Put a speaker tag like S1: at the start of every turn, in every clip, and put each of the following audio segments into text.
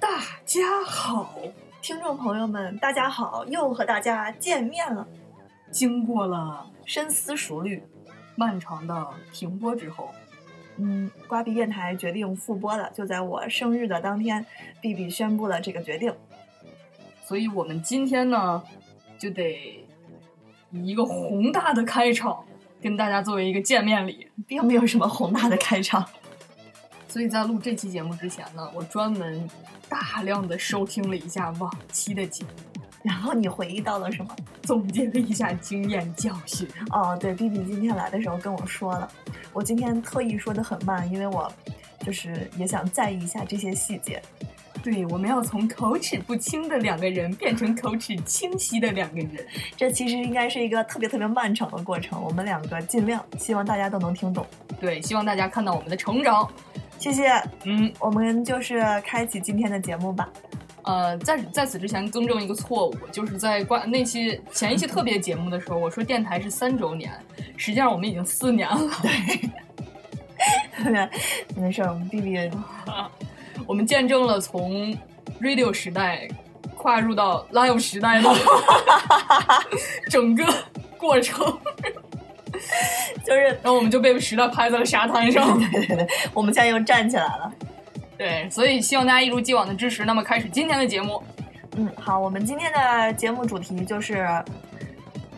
S1: 大家好，听众朋友们，大家好，又和大家见面了。经过了深思熟虑、漫长的停播之后，嗯，瓜皮电台决定复播了。就在我生日的当天，B B 宣布了这个决定。
S2: 所以我们今天呢，就得以一个宏大的开场跟大家作为一个见面礼。
S1: 并没有什么宏大的开场，
S2: 所以在录这期节目之前呢，我专门大量的收听了一下往期的节目，
S1: 然后你回忆到了什么？
S2: 总结了一下经验教训。
S1: 哦，对，B B 今天来的时候跟我说了，我今天特意说的很慢，因为我就是也想在意一下这些细节。
S2: 对，我们要从口齿不清的两个人变成口齿清晰的两个人。
S1: 这其实应该是一个特别特别漫长的过程，我们两个尽量，希望大家都能听懂。
S2: 对，希望大家看到我们的成长。
S1: 谢谢，
S2: 嗯，
S1: 我们就是开启今天的节目吧。
S2: 呃，在在此之前更正一个错误，就是在关那期前一期特别节目的时候，我说电台是三周年，实际上我们已经四年了。
S1: 没事，我们 B B
S2: 我们见证了从 radio 时代跨入到 live 时代的 整个过程，
S1: 就是，
S2: 然后我们就被时代拍在了沙滩上。
S1: 对对对，我们现在又站起来了。
S2: 对，所以希望大家一如既往的支持。那么开始今天的节目，
S1: 嗯，好，我们今天的节目主题就是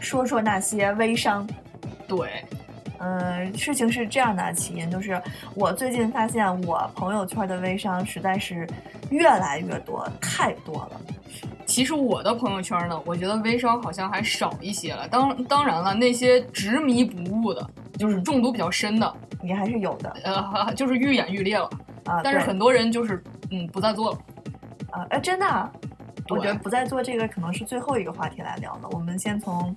S1: 说说那些微商。
S2: 对，
S1: 嗯，事情是这样的，起因就是我最近发现我朋友圈的微商实在是越来越多，太多了。
S2: 其实我的朋友圈呢，我觉得微商好像还少一些了。当当然了，那些执迷不悟的，就是中毒比较深的，
S1: 也还是有的
S2: 呃， 就是愈演愈烈了。
S1: 啊，
S2: 但是
S1: 对
S2: 很多人就是嗯不再做了。
S1: 啊，哎，真的啊、我觉
S2: 对
S1: 得不再做这个可能是最后一个话题来聊了。我们先从，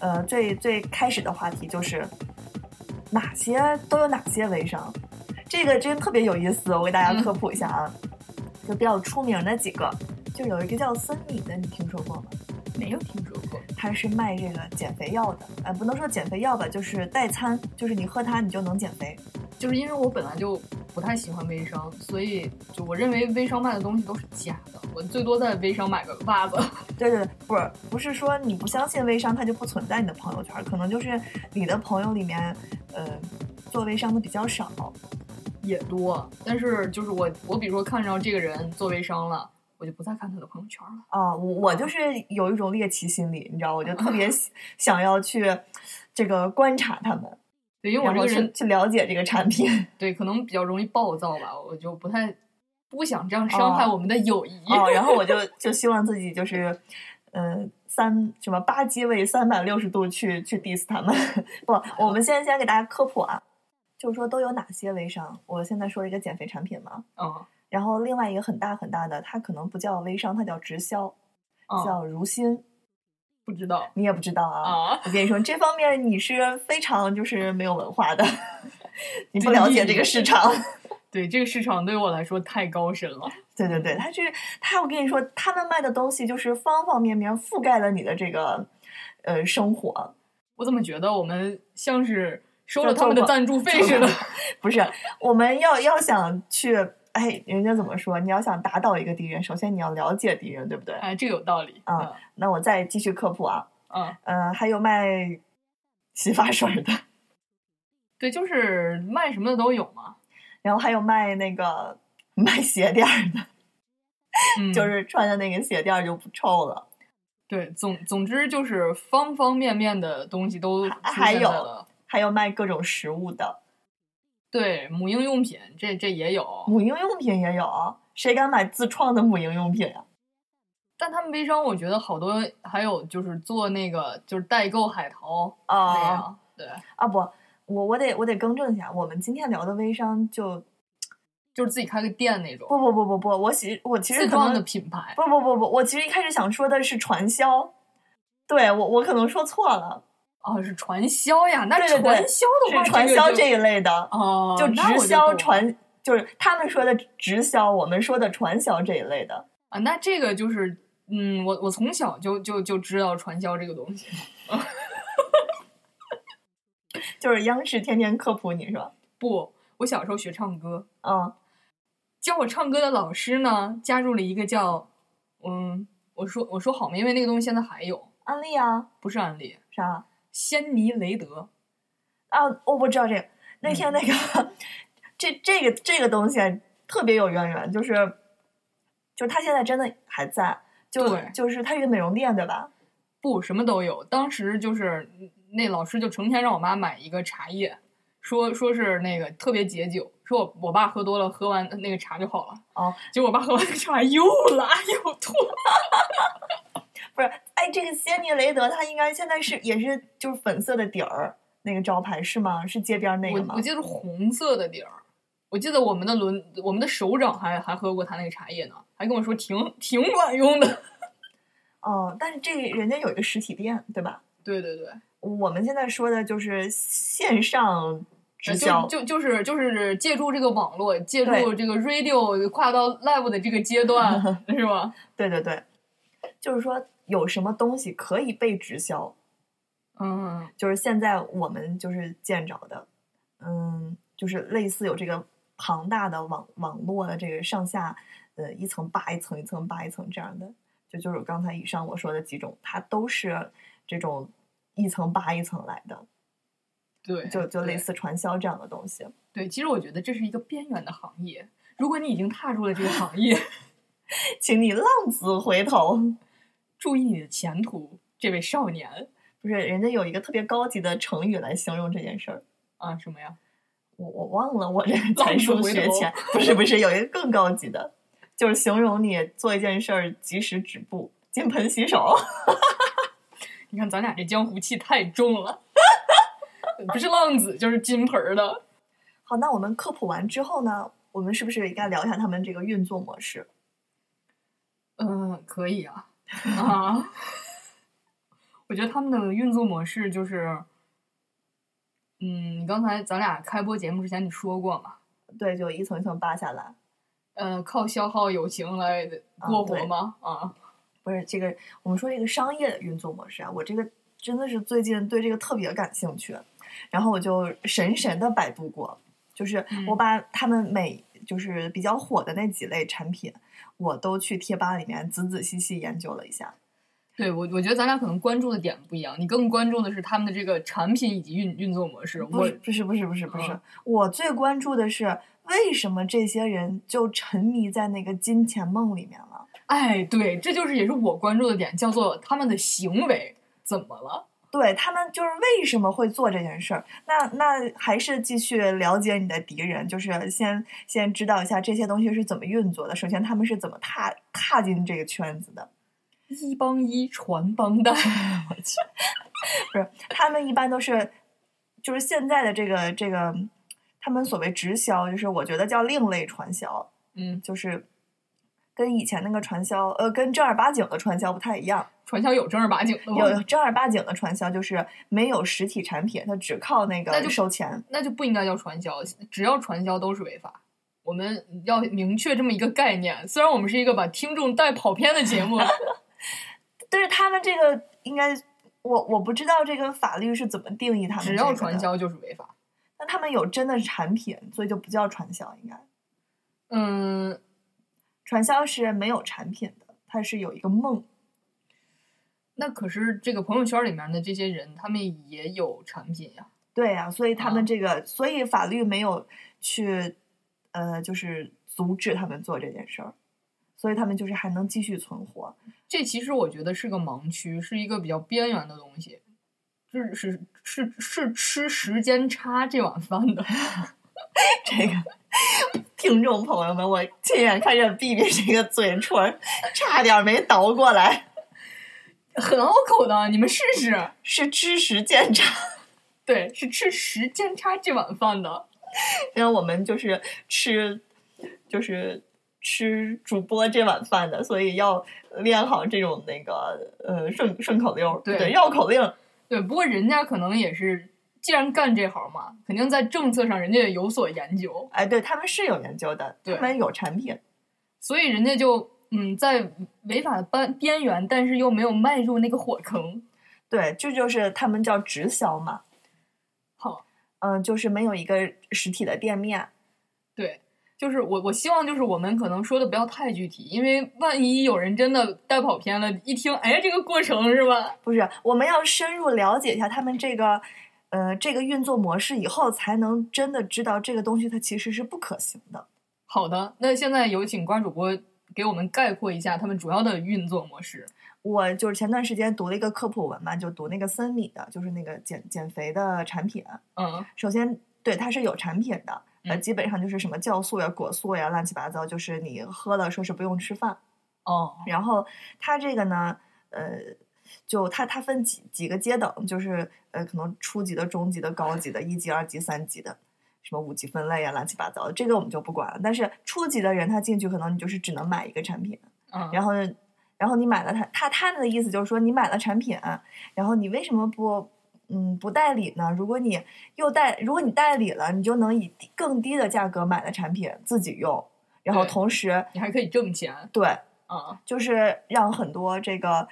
S1: 呃，最最开始的话题就是哪些都有哪些微商，这个真特别有意思。我给大家
S2: 嗯
S1: 科普一下啊，就比较出名的几个，就有一个叫森米的，你听说过吗？
S2: 没有听说过。
S1: 他是卖这个减肥药的，呃，不能说减肥药吧，就是代餐，就是你喝它你就能减肥。
S2: 就是因为我本来就不太喜欢微商，所以就我认为微商卖的东西都是假的。我最多在微商买个袜子，
S1: 对对，对不是不是说你不相信微商，它就不存在你的朋友圈，可能就是你的朋友里面，呃，做微商的比较少。
S2: 也多。但是就是我，我比如说看着这个人做微商了，我就不再看他的朋友圈了。
S1: 啊，我我就是有一种猎奇心理，你知道，我就特 别喜想要去这个观察他们，
S2: 对，因为我
S1: 然
S2: 这
S1: 后
S2: 个
S1: 去
S2: 人
S1: 去了解这个产 品。
S2: 对可能比较容易暴躁吧，我就不太不想这样伤害
S1: 哦
S2: 我们的友谊。
S1: 哦，然后我就就希望自己就是，呃，三什么八机位三百六十度去去 diss 他们。 不，我们先先给大家科普啊，就是说都有哪些微商。我现在说一个减肥产品嘛，
S2: 嗯
S1: 然后另外一个很大很大的，它可能不叫微商，它叫直销，
S2: 嗯，
S1: 叫如新，
S2: 不知道
S1: 你也不知道啊。
S2: 啊，
S1: 我跟你说，这方面你是非常就是没有文化的， 你不了解这个市场。
S2: 对这个市场对我来说太高深了。
S1: 对对对，它是它，我跟你说，他们卖的东西就是方方面面覆盖了你的这个呃生活。
S2: 我怎么觉得我们像是收了
S1: 就
S2: 他们的
S1: 做广
S2: 赞助费似的？
S1: 不是，我们要要想去，哎，人家怎么说？你要想打倒一个敌人，首先你要了解敌人，对不对？
S2: 哎，这个有道理。
S1: 啊那我再继续科普啊，
S2: 嗯。嗯
S1: 呃，还有卖洗发水的。
S2: 对，就是卖什么的都有嘛，
S1: 然后还有卖那个卖鞋垫儿的，
S2: 嗯，
S1: 就是穿的那个鞋垫儿就不臭了。
S2: 对，总总之就是方方面面的东西都
S1: 还
S2: 出
S1: 还
S2: 现
S1: 有
S2: 在了
S1: 还有卖各种食物的，
S2: 对母婴用品，这这也有，
S1: 母婴用品也有，谁敢买自创的母婴用品啊？
S2: 但他们微商我觉得好多还有就是做那个就是代购海淘那
S1: 啊
S2: 样，对，
S1: 啊不，我我得我得更正一下，我们今天聊的微商就
S2: 就是自己开个店那种
S1: 不不不不不，我其我其实
S2: 自
S1: 可
S2: 创的
S1: 能
S2: 品牌，
S1: 不不不不，我其实一开始想说的是传销，对我我可能说错了，
S2: 哦，是传销呀，那
S1: 对对对
S2: 传销的话，
S1: 是传销这
S2: 这
S1: 一类的，
S2: 哦，
S1: 就
S2: 那我
S1: 直
S2: 懂
S1: 销
S2: 了
S1: 传。就是他们说的直销，我们说的传销这一类的，
S2: 啊，那这个就是嗯，我我从小就就就知道传销这个东西。
S1: 就是央视天天科普，你说
S2: 不，我小时候学唱歌，
S1: 嗯
S2: 教我唱歌的老师呢，加入了一个叫嗯，我说我说好吗？因为那个东西现在还有，
S1: 安利啊，
S2: 不是案例，
S1: 啥
S2: 仙尼雷德，
S1: 啊？哦，我知道这个。那
S2: 嗯
S1: 天那个， 这这个这个东西特别有渊源，就是就是它现在真的还在，就
S2: 对
S1: 就是它是一个美容店，对吧？
S2: 不什么都有。当时就是那老师就成天让我妈买一个茶叶，说说是那个特别解酒，说我我爸喝多了，喝完那个茶就好了。
S1: 哦，
S2: 结果我爸喝完那个茶又拉又吐。
S1: 不是，哎，这个仙尼雷德它应该现在是也是就是粉色的底儿那个招牌是吗？是街边儿那个
S2: 我
S1: 吗
S2: 我？记得是红色的底儿。我记得我们的轮，我们的首长还还喝过他那个茶叶呢，还跟我说挺挺管用的。
S1: 哦，但是这个人家有一个实体店，对吧？
S2: 对对对，
S1: 我们现在说的就是线上直
S2: 呃
S1: 销，
S2: 就就就是就是借助这个网络，借助
S1: 对
S2: 这个 radio 跨到 live 的这个阶 段，是吧？
S1: 对对对，就是说有什么东西可以被直销，
S2: 嗯，
S1: 就是现在我们就是见着的，嗯，就是类似有这个庞大的网网络的这个上下，呃，一层扒一层，一层扒一层这样的，就就是刚才以上我说的几种，它都是这种一层扒一层来的，
S2: 对，
S1: 就就类
S2: 对
S1: 似传销这样的东西。
S2: 对。其实我觉得这是一个边缘的行业，如果你已经踏入了这个行业，
S1: 请你浪子回头。
S2: 注意你的前途，这位少年
S1: 不是，人家有一个特别高级的成语来形容这件事儿，
S2: 啊，什么呀？
S1: 我我忘 了，我这
S2: 浪
S1: 才
S2: 子
S1: 疏
S2: 回
S1: 学
S2: 头
S1: 浅，不是不是，有一个更高级的，就是形容你做一件事儿及时止步，金盆洗手。
S2: 你看咱俩这江湖气太重了， 不是浪子就是金盆儿的。
S1: 好，那我们科普完之后呢，我们是不是应该聊一下他们这个运作模式？
S2: 嗯，可以啊，啊，我觉得他们的运作模式就是，嗯，你刚才咱俩开播节目之前你说过嘛，
S1: 对，就一层一层扒下来。
S2: 呃，靠消耗友情来过活
S1: 对
S2: 嘛，啊，
S1: 不是这个，我们说这个商业运作模式啊，我这个真的是最近对这个特别感兴趣，然后我就神神的百度过，就是我
S2: 嗯
S1: 把他们每就是比较火的那几类产品，我都去贴吧里面仔仔细细研究了一下。
S2: 对我我觉得咱俩可能关注的点不一样，你更关注的是他们的这个产品以及运运作模式，
S1: 不
S2: 我
S1: 是不是不是不是不是
S2: 嗯，
S1: 我最关注的是为什么这些人就沉迷在那个金钱梦里面了。
S2: 哎，对，这就是也是我关注的点，叫做他们的行为怎么了？
S1: 对他们就是为什么会做这件事儿？那那还是继续了解你的敌人，就是先先知道一下这些东西是怎么运作的。首先，他们是怎么踏踏进这个圈子的？
S2: 一帮一，传帮带，我去，
S1: 不是，他们一般都是，就是现在的这个这个，他们所谓直销，就是我觉得叫另类传销，
S2: 嗯，
S1: 就是跟以前那个传销，呃，跟正儿八经的传销不太一样。
S2: 传销有正儿八经的吗？
S1: 有正儿八经的传销，就是没有实体产品，它只靠那
S2: 那
S1: 个
S2: 就
S1: 收钱。
S2: 那就不应该叫传销，只要传销都是违法。我们要明确这么一个概念，虽然我们是一个把听众带跑偏的节 目，
S1: 但是他们这个应该，我我不知道这个法律是怎么定义他们。
S2: 只要传，销就是违法。
S1: 那他们有真的产品，所以就不叫传销。应该
S2: 嗯，
S1: 传销是没有产品的，它是有一个梦。
S2: 那可是这个朋友圈里面的这些人，他们也有产品啊呀。
S1: 对呀、所以他
S2: 啊
S1: 们这个，所以法律没有去，呃，就是阻止他们做这件事儿，所以他们就是还能继续存活。
S2: 这其实我觉得是个盲区，是一个比较边缘的东西，就是是是是吃时间差这碗饭的。
S1: 这个 听众朋友们，我亲眼看见 B B 这个嘴唇儿差点没倒过来，
S2: 很拗口的，你们试试。
S1: 是知识见长。
S2: 对，是吃时间差这碗饭的。
S1: 因为我们就是吃，就是吃主播这碗饭的，所以要练好这种那个呃顺顺口溜儿，
S2: 对
S1: 绕口令儿。
S2: 对，不过人家可能也是，既然干这行嘛，肯定在政策上人家也有所研究，
S1: 哎，对他们是有研究的，
S2: 对
S1: 他们有产品，
S2: 所以人家就嗯，在违法的边边缘，但是又没有迈入那个火坑。
S1: 对，这就是他们叫直销嘛。
S2: 好，
S1: 嗯，就是没有一个实体的店面。
S2: 对，就是我我希望就是我们可能说的不要太具体，因为万一有人真的带跑偏了，一听哎这个过程是吧？
S1: 不是，我们要深入了解一下他们这个，呃，这个运作模式以后，才能真的知道这个东西它其实是不可行的。
S2: 好的，那现在有请瓜主播给我们概括一下他们主要的运作模式。
S1: 我就是前段时间读了一个科普文嘛，就读那个森米的，就是那个减减肥的产品。
S2: 嗯
S1: 首先，对它是有产品的，呃，
S2: 嗯
S1: 基本上就是什么酵素呀、果素呀，乱七八糟，就是你喝了说是不用吃饭。
S2: 哦
S1: 然后它这个呢，呃，就它它分几几个阶等，就是呃，可能初级的、中级的、高级的，一级、二级、三级的，什么五级分类啊，乱七八糟的，这个我们就不管了。但是初级的人，他进去可能你就是只能买一个产品，
S2: 嗯，
S1: 然后，然后你买了它，他他们的意思就是说，你买了产品，啊然后你为什么不嗯不代理呢？如果你又代，如果你代理了，你就能以低更低的价格买了产品自己用，然后
S2: 对
S1: 同时
S2: 你还可以挣钱
S1: 对，
S2: 啊。
S1: 就是让很多这个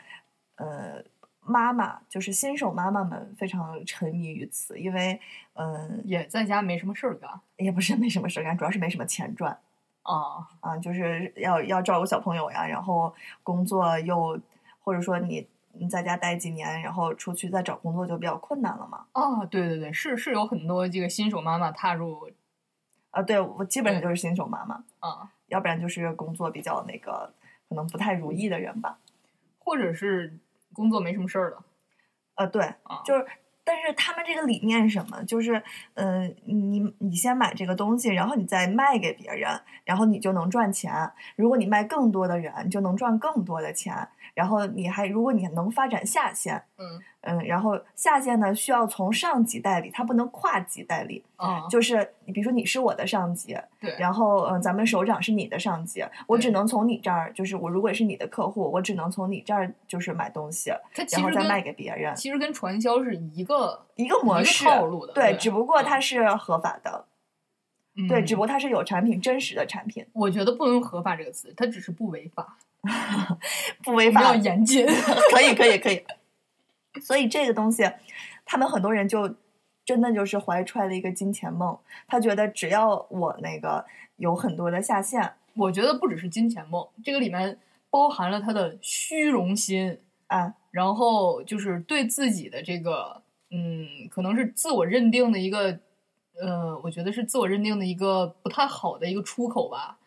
S1: 呃妈妈，就是新手妈妈们非常沉迷于此，因为嗯、呃
S2: 也在家没什么事儿干
S1: 也不是没什么事儿干，主要是没什么钱赚。
S2: 啊，
S1: 啊，就是要要照顾小朋友呀，然后工作又或者说你你在家待几年，然后出去再找工作就比较困难了嘛。
S2: 啊，对对对，是是有很多这个新手妈妈踏入
S1: 啊，对我基本上
S2: 对
S1: 就是新手妈妈，
S2: 啊，
S1: 要不然就是工作比较那个可能不太如意的人吧。
S2: 或者是工作没什么事儿了
S1: 呃，对，
S2: 啊，
S1: 就是。但是他们这个理念是什么？就是，嗯、你你先买这个东西，然后你再卖给别人，然后你就能赚钱。如果你卖更多的人，你就能赚更多的钱。然后你还，如果你能发展下线，
S2: 嗯
S1: 嗯，然后下线呢需要从上级代理，它不能跨级代理。
S2: 啊，
S1: 就是你比如说你是我的上级，
S2: 对，
S1: 嗯然后嗯、呃咱们首长是你的上级，我只
S2: 对
S1: 能从你这儿，就是我如果是你的客户，我只能从你这儿就是买东西，
S2: 它其
S1: 然后
S2: 实
S1: 再
S2: 跟
S1: 卖给别人，
S2: 其实跟传销是一个
S1: 一个模
S2: 一个
S1: 式
S2: 套路的
S1: 对，
S2: 对
S1: 只不过
S2: 嗯
S1: 它是合法的，对，只不过它是有产品，真实的产品，
S2: 我觉得不能用“合法”这个词，它只是不违法，
S1: 不违
S2: 我们
S1: 法
S2: 要，严禁。
S1: 可以，可以，可以。所以这个东西，他们很多人就真的就是怀揣了一个金钱梦，他觉得只要我那个有很多的下线，
S2: 我觉得不只是金钱梦，这个里面包含了他的虚荣心，
S1: 啊，
S2: 然后就是对自己的这个，嗯，可能是自我认定的一个，呃，我觉得是自我认定的一个不太好的一个出口吧。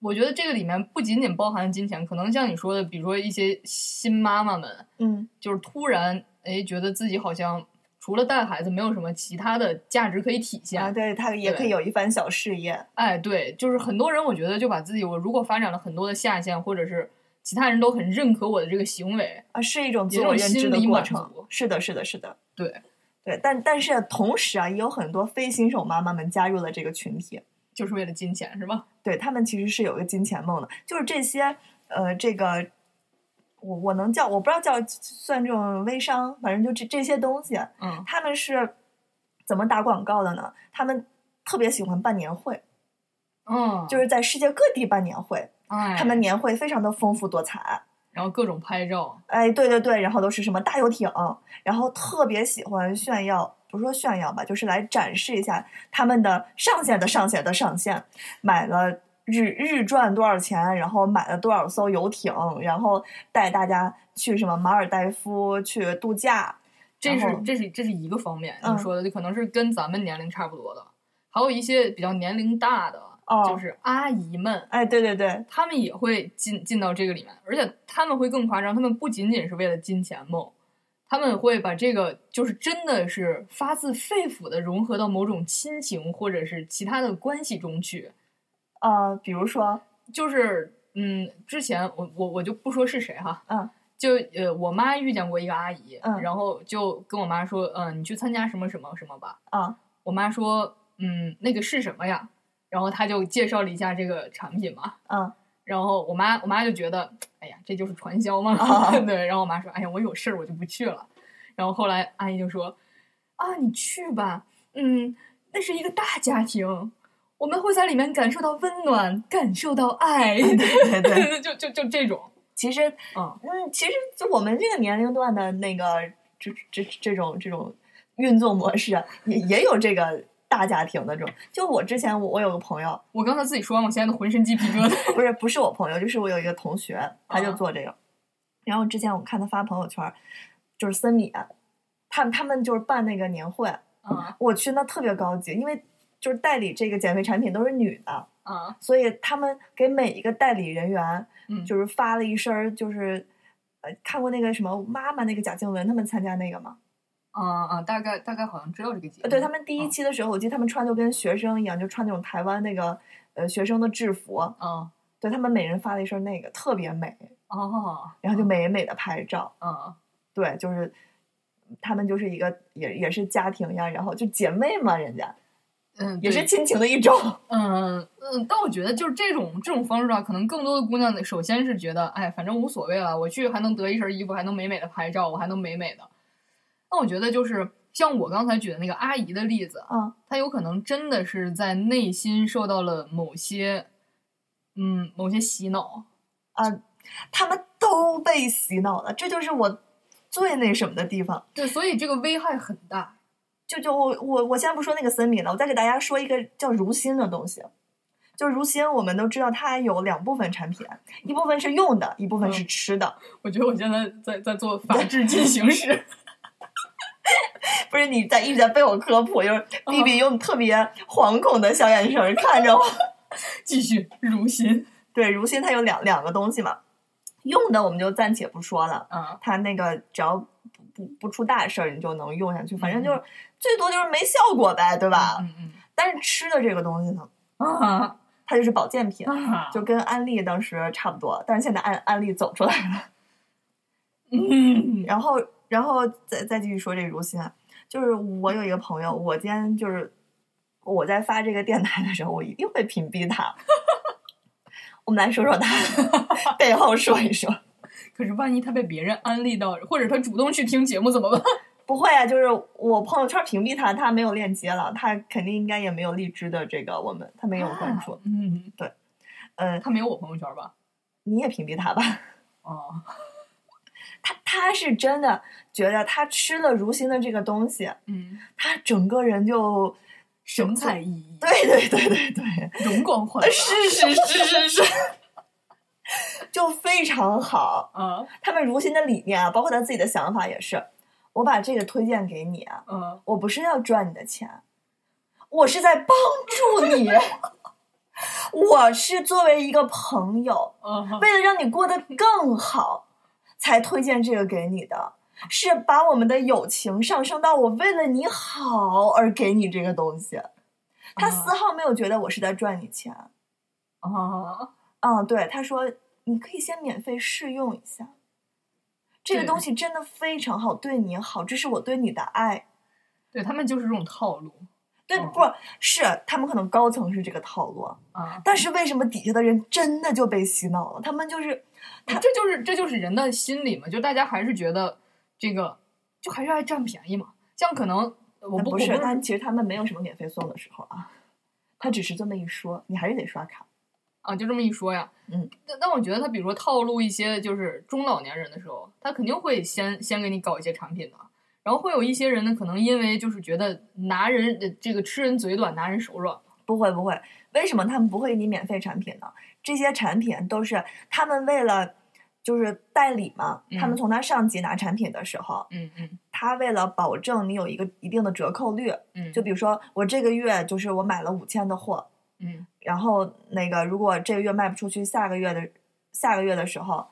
S2: 我觉得这个里面不仅仅包含金钱，可能像你说的，比如说一些新妈妈们，
S1: 嗯，
S2: 就是突然哎觉得自己好像除了带孩子没有什么其他的价值可以体现，
S1: 啊，对他也可以
S2: 对
S1: 有一番小事业，
S2: 哎，对，就是很多人，我觉得就把自己，我如果发展了很多的下线，或者是其他人都很认可我的这个行为，
S1: 啊，是一种自
S2: 有
S1: 我
S2: 种
S1: 认
S2: 心
S1: 知的
S2: 理
S1: 过
S2: 满
S1: 程
S2: 足。
S1: 是的，是的，是的，
S2: 对，
S1: 对。但但是同时啊，也有很多非新手妈妈们加入了这个群体，
S2: 就是为了金钱，是吧？
S1: 对他们其实是有一个金钱梦的，就是这些呃，这个我我能叫我不知道叫算这种微商，反正就这这些东西，
S2: 嗯，
S1: 他们是怎么打广告的呢？他们特别喜欢办年会，
S2: 嗯，
S1: 就是在世界各地办年会，
S2: 哎，
S1: 他们年会非常的丰富多彩。
S2: 然后各种拍照，
S1: 哎，对对对，然后都是什么大游艇，然后特别喜欢炫耀，不是说炫耀吧，就是来展示一下他们的上线的上线的上线，买了日日赚多少钱，然后买了多少艘游艇，然后带大家去什么马尔代夫去度假，
S2: 这
S1: 然
S2: 是
S1: 后
S2: 这是这是一个方面，
S1: 嗯
S2: 你说的，就可能是跟咱们年龄差不多的，还有一些比较年龄大的，
S1: 哦
S2: 就是阿姨们。
S1: 哎，对对对，
S2: 他们也会进进到这个里面，而且他们会更夸张，他们不仅仅是为了金钱梦，他们会把这个就是真的是发自肺腑的融合到某种亲情或者是其他的关系中去。
S1: 呃，比如说，
S2: 就是嗯，之前我我我就不说是谁哈，
S1: 嗯，
S2: 就呃，我妈遇见过一个阿姨，
S1: 嗯
S2: 然后就跟我妈说，嗯、你去参加什么什么什么吧。
S1: 啊，
S2: 我妈说，嗯，那个是什么呀？然后她就介绍了一下这个产品嘛，
S1: 嗯，
S2: 然后我妈我妈就觉得，哎呀，这就是传销嘛，
S1: 啊
S2: 对。然后我妈说，哎呀，我有事儿我就不去了。然后后来阿姨就说，啊，你去吧，嗯，那是一个大家庭，我们会在里面感受到温暖，感受到爱，
S1: 对对嗯对，
S2: 就就就这种，
S1: 其实
S2: 嗯
S1: 嗯，其实就我们这个年龄段的那个这这这种这种运作模式啊，也也有这个大家庭的这种。就我之前我我有个朋友，
S2: 我刚才自己说完，我现在都浑身鸡皮疙瘩。
S1: 不是不是我朋友，就是我有一个同学，他就做这个。然后之前我看他发朋友圈儿，就是森米，他们他们就是办那个年会，
S2: 啊
S1: 我去那特别高级，因为就是代理这个减肥产品都是女的，
S2: 啊，
S1: 所以他们给每一个代理人员
S2: 嗯，
S1: 就是发了一身儿就是。呃，看过那个什么妈妈那个贾静雯他们参加那个吗？
S2: 啊啊，大概大概好像知道这个节目。
S1: 呃，对他们第一
S2: 啊
S1: 期的时候，我记得他们穿就跟学生一样，就穿那种台湾那个呃学生的制服。
S2: 啊
S1: 对他们每人发了一身那个，特别美，
S2: 哦
S1: 然后就美美的拍照。
S2: 啊
S1: 对，就是他们就是一个也也是家庭呀，然后就姐妹嘛，人家
S2: 嗯，
S1: 也是
S2: 对
S1: 亲情的一种。
S2: 嗯嗯，但我觉得就是这种这种方式啊，可能更多的姑娘首先是觉得，哎，反正无所谓了，我去还能得一身衣服，还能美美的拍照，我还能美美的。那我觉得就是像我刚才举的那个阿姨的例子，
S1: 啊，
S2: 她有可能真的是在内心受到了某些，嗯，某些洗脑。
S1: 他们都被洗脑了，这就是我最那什么的地方。
S2: 对，所以这个危害很大。
S1: 就就我我我先不说那个森米了，我再给大家说一个叫如新的东西。就如新，我们都知道它有两部分产品，一部分是用的，一部分
S2: 嗯
S1: 是吃的。
S2: 我觉得我现在在在做法制进行时，
S1: 不是你在一直在被我科普，就是
S2: 嗯
S1: B B 用特别惶恐的小眼神儿看着我。
S2: 继续如新
S1: 对，如新它有两两个东西嘛，用的我们就暂且不说了，
S2: 啊，
S1: 它那个只要不不不出大事儿，你就能用下去，反正就是、
S2: 嗯
S1: 最多就是没效果呗，对吧？
S2: 嗯嗯
S1: 但是吃的这个东西呢，
S2: 嗯啊
S1: 它就是保健品，
S2: 啊，
S1: 就跟安利当时差不多，但是现在安安利走出来了。
S2: 嗯
S1: 然后，然后再再继续说这如新啊，就是我有一个朋友，我今天就是我在发这个电台的时候，我一定会屏蔽他。 我们来说说他背后说一说，
S2: 可是万一他被别人安利到，或者他主动去听节目怎么 办？
S1: 不会啊，就是我朋友圈屏蔽他，他没有链接了，他肯定应该也没有荔枝的这个我们，他没有关注。
S2: 嗯，
S1: 嗯、
S2: 他没有我朋友圈吧？
S1: 你也屏蔽他吧。
S2: 哦，
S1: 他他是真的觉得他吃了如新的这个东西，
S2: 嗯，
S1: 他整个人就
S2: 神采奕奕，
S1: 对对对对对，
S2: 容光焕发
S1: 是是是是是， 就非常好。
S2: 啊，
S1: 他们如新的理念啊，包括他自己的想法也是。我把这个推荐给你啊，
S2: 嗯，
S1: 我不是要赚你的钱，我是在帮助 你，我是作为一个朋友，
S2: 啊，
S1: 为了让你过得更好，才推荐这个给你的。是把我们的友情上升到我为了你好而给你这个东西，他丝毫没有觉得我是在赚你钱。
S2: 啊，
S1: 嗯，对，他说你可以先免费试用一下，这个
S2: 对
S1: 东西真的非常好，对你好，这是我对你的爱。
S2: 对他们就是这种套路
S1: 对，
S2: 嗯
S1: 不是他们可能高层是这个套路，
S2: 啊，
S1: 但是为什么底下的人真的就被洗脑了？他们就是
S2: 这就是这就是人的心理嘛，就大家还是觉得这个就还是爱占便宜嘛，像可能我
S1: 呃
S2: 不我
S1: 不
S2: 不
S1: 是，但其实他们没有什么免费送的时候啊，他只是这么一说，你还是得刷卡。
S2: 啊，就这么一说呀，
S1: 嗯，
S2: 但但我觉得他比如说套路一些就是中老年人的时候，他肯定会先先给你搞一些产品的，然后会有一些人呢，可能因为就是觉得拿人呃这个吃人嘴短，拿人手软，
S1: 不会不会，为什么他们不会给你免费产品呢？这些产品都是他们为了就是代理嘛，他
S2: 嗯
S1: 们从他上级拿产品的时候，
S2: 嗯嗯
S1: 他为了保证你有一个一定的折扣率，
S2: 嗯，
S1: 就比如说我这个月就是我买了五千的货，
S2: 嗯
S1: 然后那个如果这个月卖不出去，下个月的下个月的时候，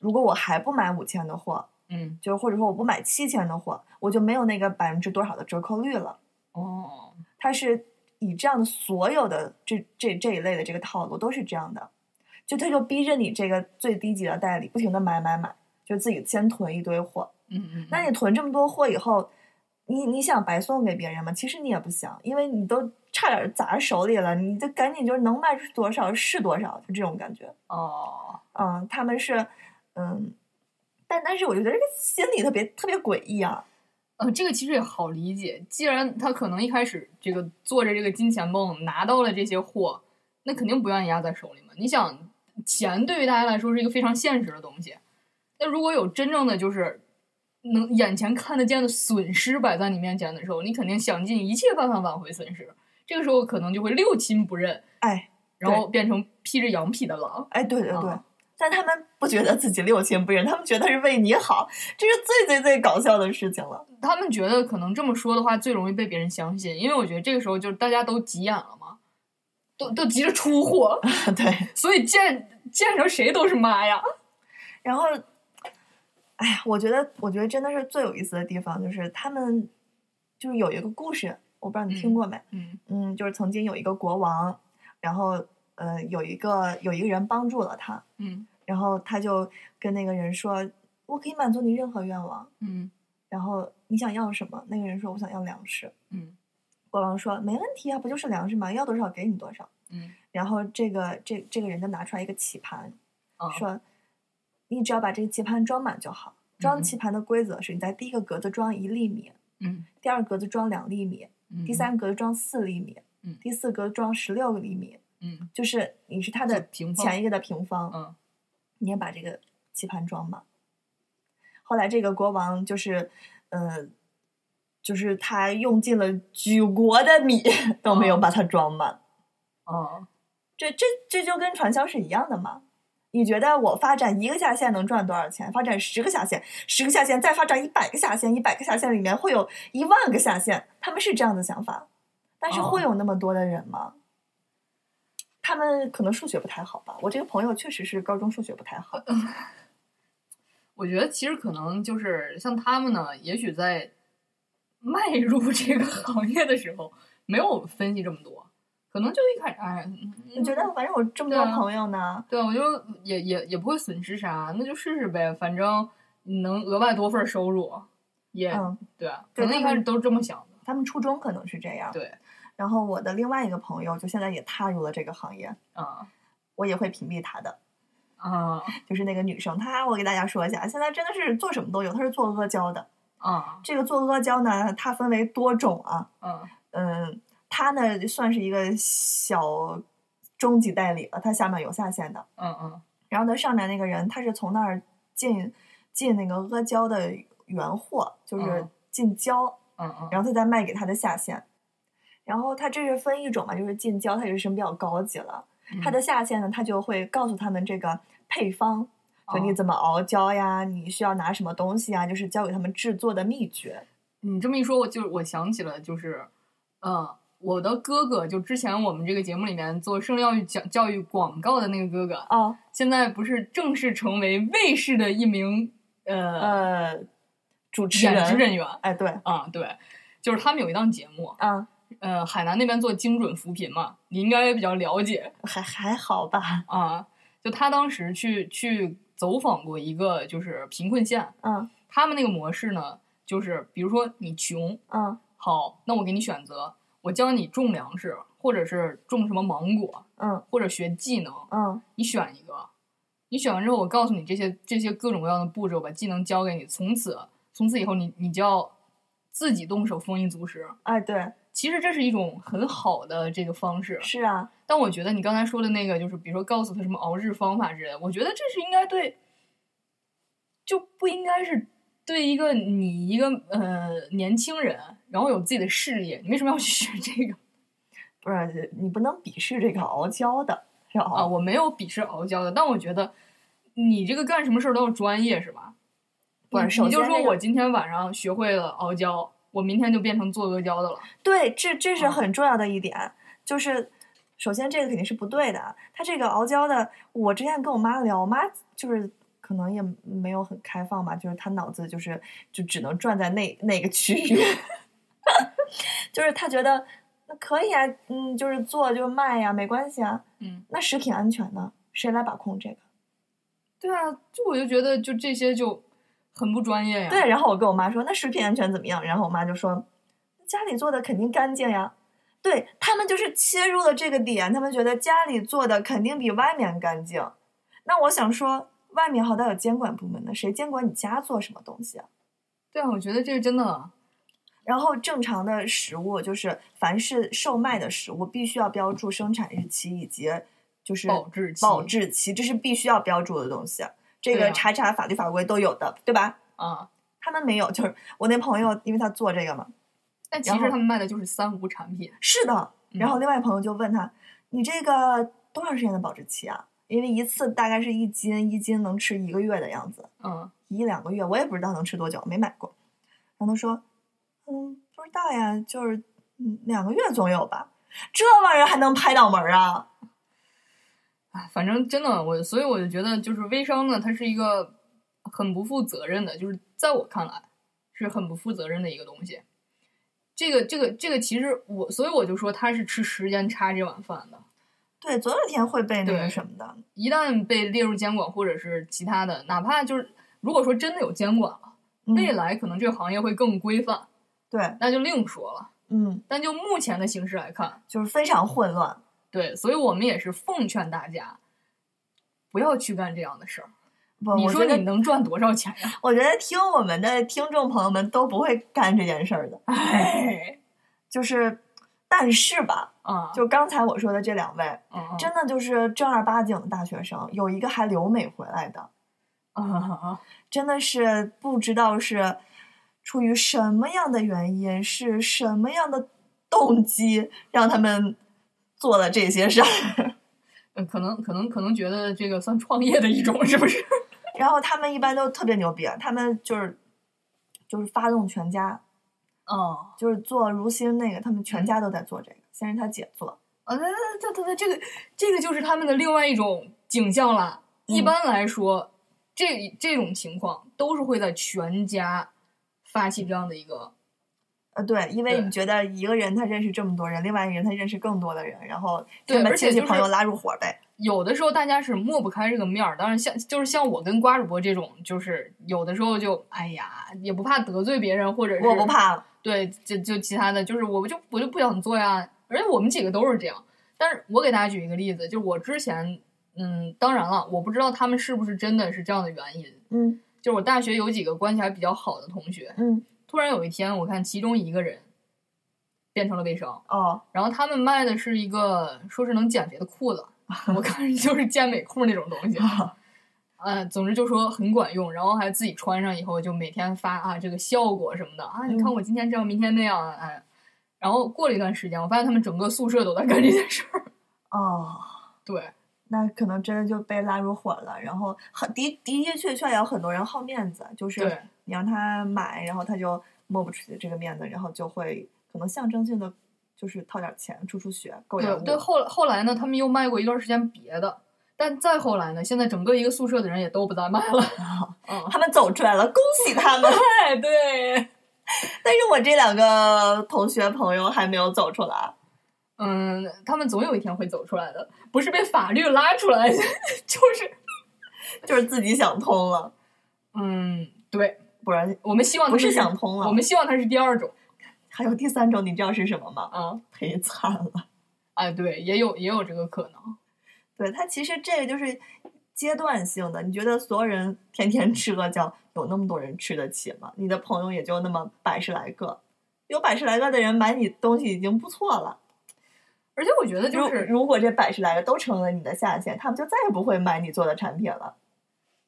S1: 如果我还不买五千的货，
S2: 嗯
S1: 就是或者说我不买七千的货，我就没有那个百分之多少的折扣率了。
S2: 哦
S1: 它是以这样的所有的这这这一类的这个套路都是这样的，就他就逼着你这个最低级的代理不停的买买买，就自己先囤一堆货。
S2: 嗯嗯，
S1: 那你囤这么多货以后，你你想白送给别人吗？其实你也不想，因为你都差点砸手里了，你就赶紧就是能卖出多少是多少，就这种感觉。
S2: 哦
S1: 嗯，他们是，嗯，但但是我就觉得这个心理特别特别诡异啊。
S2: 呃，这个其实也好理解，既然他可能一开始这个做着这个金钱梦拿到了这些货，那肯定不愿意压在手里嘛。你想，钱对于大家来说是一个非常现实的东西，那如果有真正的就是能眼前看得见的损失摆在你面前的时候，你肯定想尽一切办法挽回损失。这个时候可能就会六亲不认，
S1: 哎
S2: 然后变成披着羊皮的狼。
S1: 哎，对对对。
S2: 啊
S1: 但他们不觉得自己六亲不认，他们觉得是为你好，这是最最最搞笑的事情了。
S2: 他们觉得可能这么说的话最容易被别人相信，因为我觉得这个时候就是大家都急眼了嘛，都都急着出货，
S1: 对，
S2: 所以见见着谁都是妈呀。
S1: 然后，哎呀，我觉得，我觉得真的是最有意思的地方，就是他们就是有一个故事，我不知道你听过没？
S2: 嗯
S1: 嗯，就是曾经有一个国王，然后呃，有一个有一个人帮助了他，
S2: 嗯
S1: 然后他就跟那个人说：“我可以满足你任何愿望。
S2: 嗯”
S1: 然后你想要什么？那个人说：“我想要粮食。
S2: 嗯”
S1: 国王说：“没问题啊，不就是粮食吗？要多少给你多少。
S2: 嗯，”
S1: 然后这个这这个人就拿出来一个棋盘，
S2: 啊
S1: 说，你只要把这个棋盘装满就好。装
S2: 嗯
S1: 棋盘的规则是，你在第一个格子装一粒米，
S2: 嗯
S1: 第二格子装两粒米，
S2: 嗯，
S1: 第三格子装四粒米，
S2: 嗯
S1: 第四格子装十六厘米，
S2: 嗯
S1: 就是你是它的
S2: 就平方
S1: 前一个的平方，
S2: 嗯
S1: 你也把这个棋盘装满。后来这个国王就是，呃，就是他用尽了举国的米 都没有
S2: 哦
S1: 把它装满。
S2: 哦
S1: 这这这就跟传销是一样的嘛？你觉得我发展一个下线能赚多少钱？发展十个下线，十个下线再发展一百个下线，一百个下线里面会有一万个下线，他们是这样的想法，但是
S2: 哦
S1: 会有那么多的人吗？他们可能数学不太好吧？我这个朋友确实是高中数学不太好，
S2: 呃我觉得其实可能就是像他们呢，也许在迈入这个行业的时候，没有分析这么多，可能就一开始，哎，
S1: 我觉得反正我这么多
S2: 对啊
S1: 朋友呢，
S2: 对，我就也也也不会损失啥，那就试试呗，反正你能额外多份儿收入，也、
S1: 嗯，
S2: 对啊，
S1: 对
S2: 可能
S1: 他
S2: 一开
S1: 们啊
S2: 始都是这么想的，
S1: 他们初中可能是这样，
S2: 对，
S1: 然后我的另外一个朋友就现在也踏入了这个行业，
S2: 啊
S1: 我也会屏蔽他的。
S2: 啊
S1: 就是那个女生，她我给大家说一下，现在真的是做什么都有，她是做阿胶的。
S2: 啊
S1: 这个做阿胶呢，它分为多种啊，
S2: 啊
S1: 嗯，它呢算是一个小中级代理了，它下面有下线的。
S2: 嗯嗯
S1: 然后呢，上面那个人他是从那儿进进那个阿胶的原货，就是
S2: 嗯
S1: 进胶，
S2: 嗯嗯
S1: 然后他再卖给他的下线。然后他这是分一种嘛，就是进胶，它就是比较高级了。
S2: 嗯，
S1: 他的下线呢，他就会告诉他们这个配方，就你
S2: 哦
S1: 怎么熬胶呀，你需要拿什么东西呀，啊就是教给他们制作的秘诀。
S2: 你这么一说，我就我想起了，就是，呃，我的哥哥，就之前我们这个节目里面做生教育讲教育广告的那个哥哥，
S1: 哦，
S2: 现在不是正式成为卫视的一名呃
S1: 呃，主持
S2: 演职
S1: 人，
S2: 人员
S1: 哎，对，
S2: 啊，对，就是他们有一档节目，
S1: 啊，
S2: 呃，海南那边做精准扶贫嘛，你应该比较了解
S1: 还还 好吧，
S2: 啊。就他当时去去走访过一个就是贫困县，
S1: 嗯
S2: 他们那个模式呢，就是比如说你穷，
S1: 嗯
S2: 好，那我给你选择，我教你种粮食，或者是种什么芒果，
S1: 嗯
S2: 或者学技能，
S1: 嗯
S2: 你选一个。你选完之后，我告诉你这些这些各种各样的步骤，把技能教给你。从此，从此以后你，你就要自己动手丰衣足食。
S1: 哎，对，
S2: 其实这是一种很好的这个方式，
S1: 是啊，
S2: 但我觉得你刚才说的那个，就是比如说告诉他什么熬制方法之类的，我觉得这是应该对，就不应该是对一个你一个呃年轻人，然后有自己的事业，你为什么要去学这个
S1: 不是你不能鄙视这个熬胶的，是
S2: 啊？
S1: 熬，
S2: 我没有鄙视熬胶的，但我觉得你这个干什么事儿都要专业，是吧？
S1: 不是
S2: 你
S1: 首
S2: 你就
S1: 先
S2: 说
S1: 这个
S2: 我今天晚上学会了熬胶，我明天就变成做阿胶的了。
S1: 对，这这是
S2: 嗯
S1: 很重要的一点，就是。首先，这个肯定是不对的啊。他这个熬胶的，我之前跟我妈聊，我妈就是可能也没有很开放吧，就是她脑子就是就只能转在那那个区域， 就是她觉得那可以啊，嗯，就是做就卖呀、没关系啊。
S2: 嗯，
S1: 那食品安全呢？谁来把控这个？
S2: 对啊，就我就觉得就这些就很不专业呀。
S1: 对，然后我跟我妈说，那食品安全怎么样？然后我妈就说，家里做的肯定干净呀。对他们就是切入了这个点，他们觉得家里做的肯定比外面干净。那我想说，外面好歹有监管部门呢，谁监管你家做什么东西啊？
S2: 对啊，我觉得这个真的。
S1: 然后正常的食物就是凡是售卖的食物，必须要标注生产日期以及就是
S2: 保质期
S1: 保质期，这是必须要标注的东西。这
S2: 对
S1: 个
S2: 啊
S1: 查查法律法规都有的，对吧？
S2: 啊，
S1: 他们没有，就是我那朋友，因为他做这个嘛，
S2: 但其
S1: 然
S2: 实
S1: 后
S2: 他们卖的就是三无产品。
S1: 是的。
S2: 嗯
S1: 然后另外朋友就问他：“你这个多长时间的保质期啊？”因为一次大概是一斤，一斤能吃一个月的样子，
S2: 嗯，
S1: 一两个月，我也不知道能吃多久，没买过。然后他说：“嗯，不知道呀，就是嗯两个月总有吧。”这玩意儿还能拍脑门儿啊？
S2: 哎，反正真的我，所以我就觉得，就是微商呢，它是一个很不负责任的，就是在我看来是很不负责任的一个东西。这个这个这个，其实我，所以我就说他是吃时间差这碗饭的。
S1: 对，总有一天会被那个
S2: 对
S1: 什么的。嗯
S2: 一旦被列入监管或者是其他的，哪怕就是如果说真的有监管了，
S1: 嗯
S2: 未来可能这个行业会更规范，
S1: 对，
S2: 那就另说了。
S1: 嗯，
S2: 但就目前的形势来看，
S1: 就是非常混乱。
S2: 对，所以我们也是奉劝大家不要去干这样的事儿。
S1: 不，
S2: 你
S1: 嗯我
S2: 说
S1: 觉
S2: 你
S1: 得，
S2: 能赚多少钱呀？
S1: 我觉得听我们的听众朋友们都不会干这件事儿的。
S2: 哎，
S1: 就是，但是吧，
S2: 啊，
S1: 就刚才我说的这两位，
S2: 啊
S1: 真的就是正儿八经的大学生，有一个还留美回来的，
S2: 啊，
S1: 真的是不知道是出于什么样的原因，是什么样的动机让他们做了这些事儿。
S2: 嗯可能可能可能觉得这个算创业的一种，是不 是？
S1: 然后他们一般都特别牛逼，他们就是就是发动全家，嗯
S2: 哦，
S1: 就是做如新那个，他们全家都在做这个，先是他姐做，
S2: 啊，那那那那那这个这个就是他们的另外一种景象了。
S1: 嗯
S2: 一般来说，这这种情况都是会在全家发起这样的一个，
S1: 呃，对，因为
S2: 对
S1: 你觉得一个人他认识这么多人，另外一个人他认识更多的人，然后
S2: 对
S1: 这么
S2: 而且
S1: 亲戚
S2: 就是
S1: 朋友拉入伙呗，
S2: 有的时候大家是抹不开这个面儿。当然像就是像我跟瓜主播这种，就是有的时候就哎呀，也不怕得罪别人，或者是
S1: 我不怕了，
S2: 对，就就其他的就是我就我就不想做呀，而且我们几个都是这样。但是我给大家举一个例子，就是我之前，嗯，当然了，我不知道他们是不是真的是这样的原因。
S1: 嗯
S2: 就是我大学有几个关系还比较好的同学，
S1: 嗯，
S2: 突然有一天，我看其中一个人变成了微商，
S1: 哦，
S2: 然后他们卖的是一个说是能减肥的裤子， 我看着就是健美裤那种东 西。呃，总之就说很管用，然后还自己穿上以后就每天发啊这个效果什么的啊，你看
S1: 嗯
S2: 我今天这样，明天那样，哎，然后过了一段时间，我发现他们整个宿舍都在干这件事儿。
S1: 哦，
S2: 对，
S1: 那可能真的就被拉入伙了，然后很的的的确确有很多人好面子，就是
S2: 对
S1: 你让他买，然后他就抹不出去这个面子，然后就会可能象征性的就是掏点钱出出血，购点
S2: 对
S1: 物，
S2: 对，后后来呢，他们又卖过一段时间别的，但再后来呢，现在整个一个宿舍的人也都不再卖了。 嗯，
S1: 他们走出来了，恭喜他们。
S2: 哎，对，
S1: 但是我这两个同学朋友还没有走出来，
S2: 嗯，他们总有一天会走出来的，不是被法律拉出来， 就是
S1: 就是自己想通了，
S2: 嗯，对，
S1: 不然
S2: 我们希望他
S1: 不
S2: 们
S1: 是想通啊了
S2: 我们希望它是第二种
S1: 还有第三种，你知道是什么吗？
S2: 啊。
S1: 赔惨了。
S2: 哎，对，也有也有这个可能。
S1: 对他其实这个就是阶段性的，你觉得所有人天天吃阿胶，有那么多人吃得起吗？你的朋友也就那么百十来个。有百十来个的人买你东西已经不错了。
S2: 而且我觉得就
S1: 如
S2: 是，
S1: 如果这百十来个都成了你的下线，他们就再也不会买你做的产品了。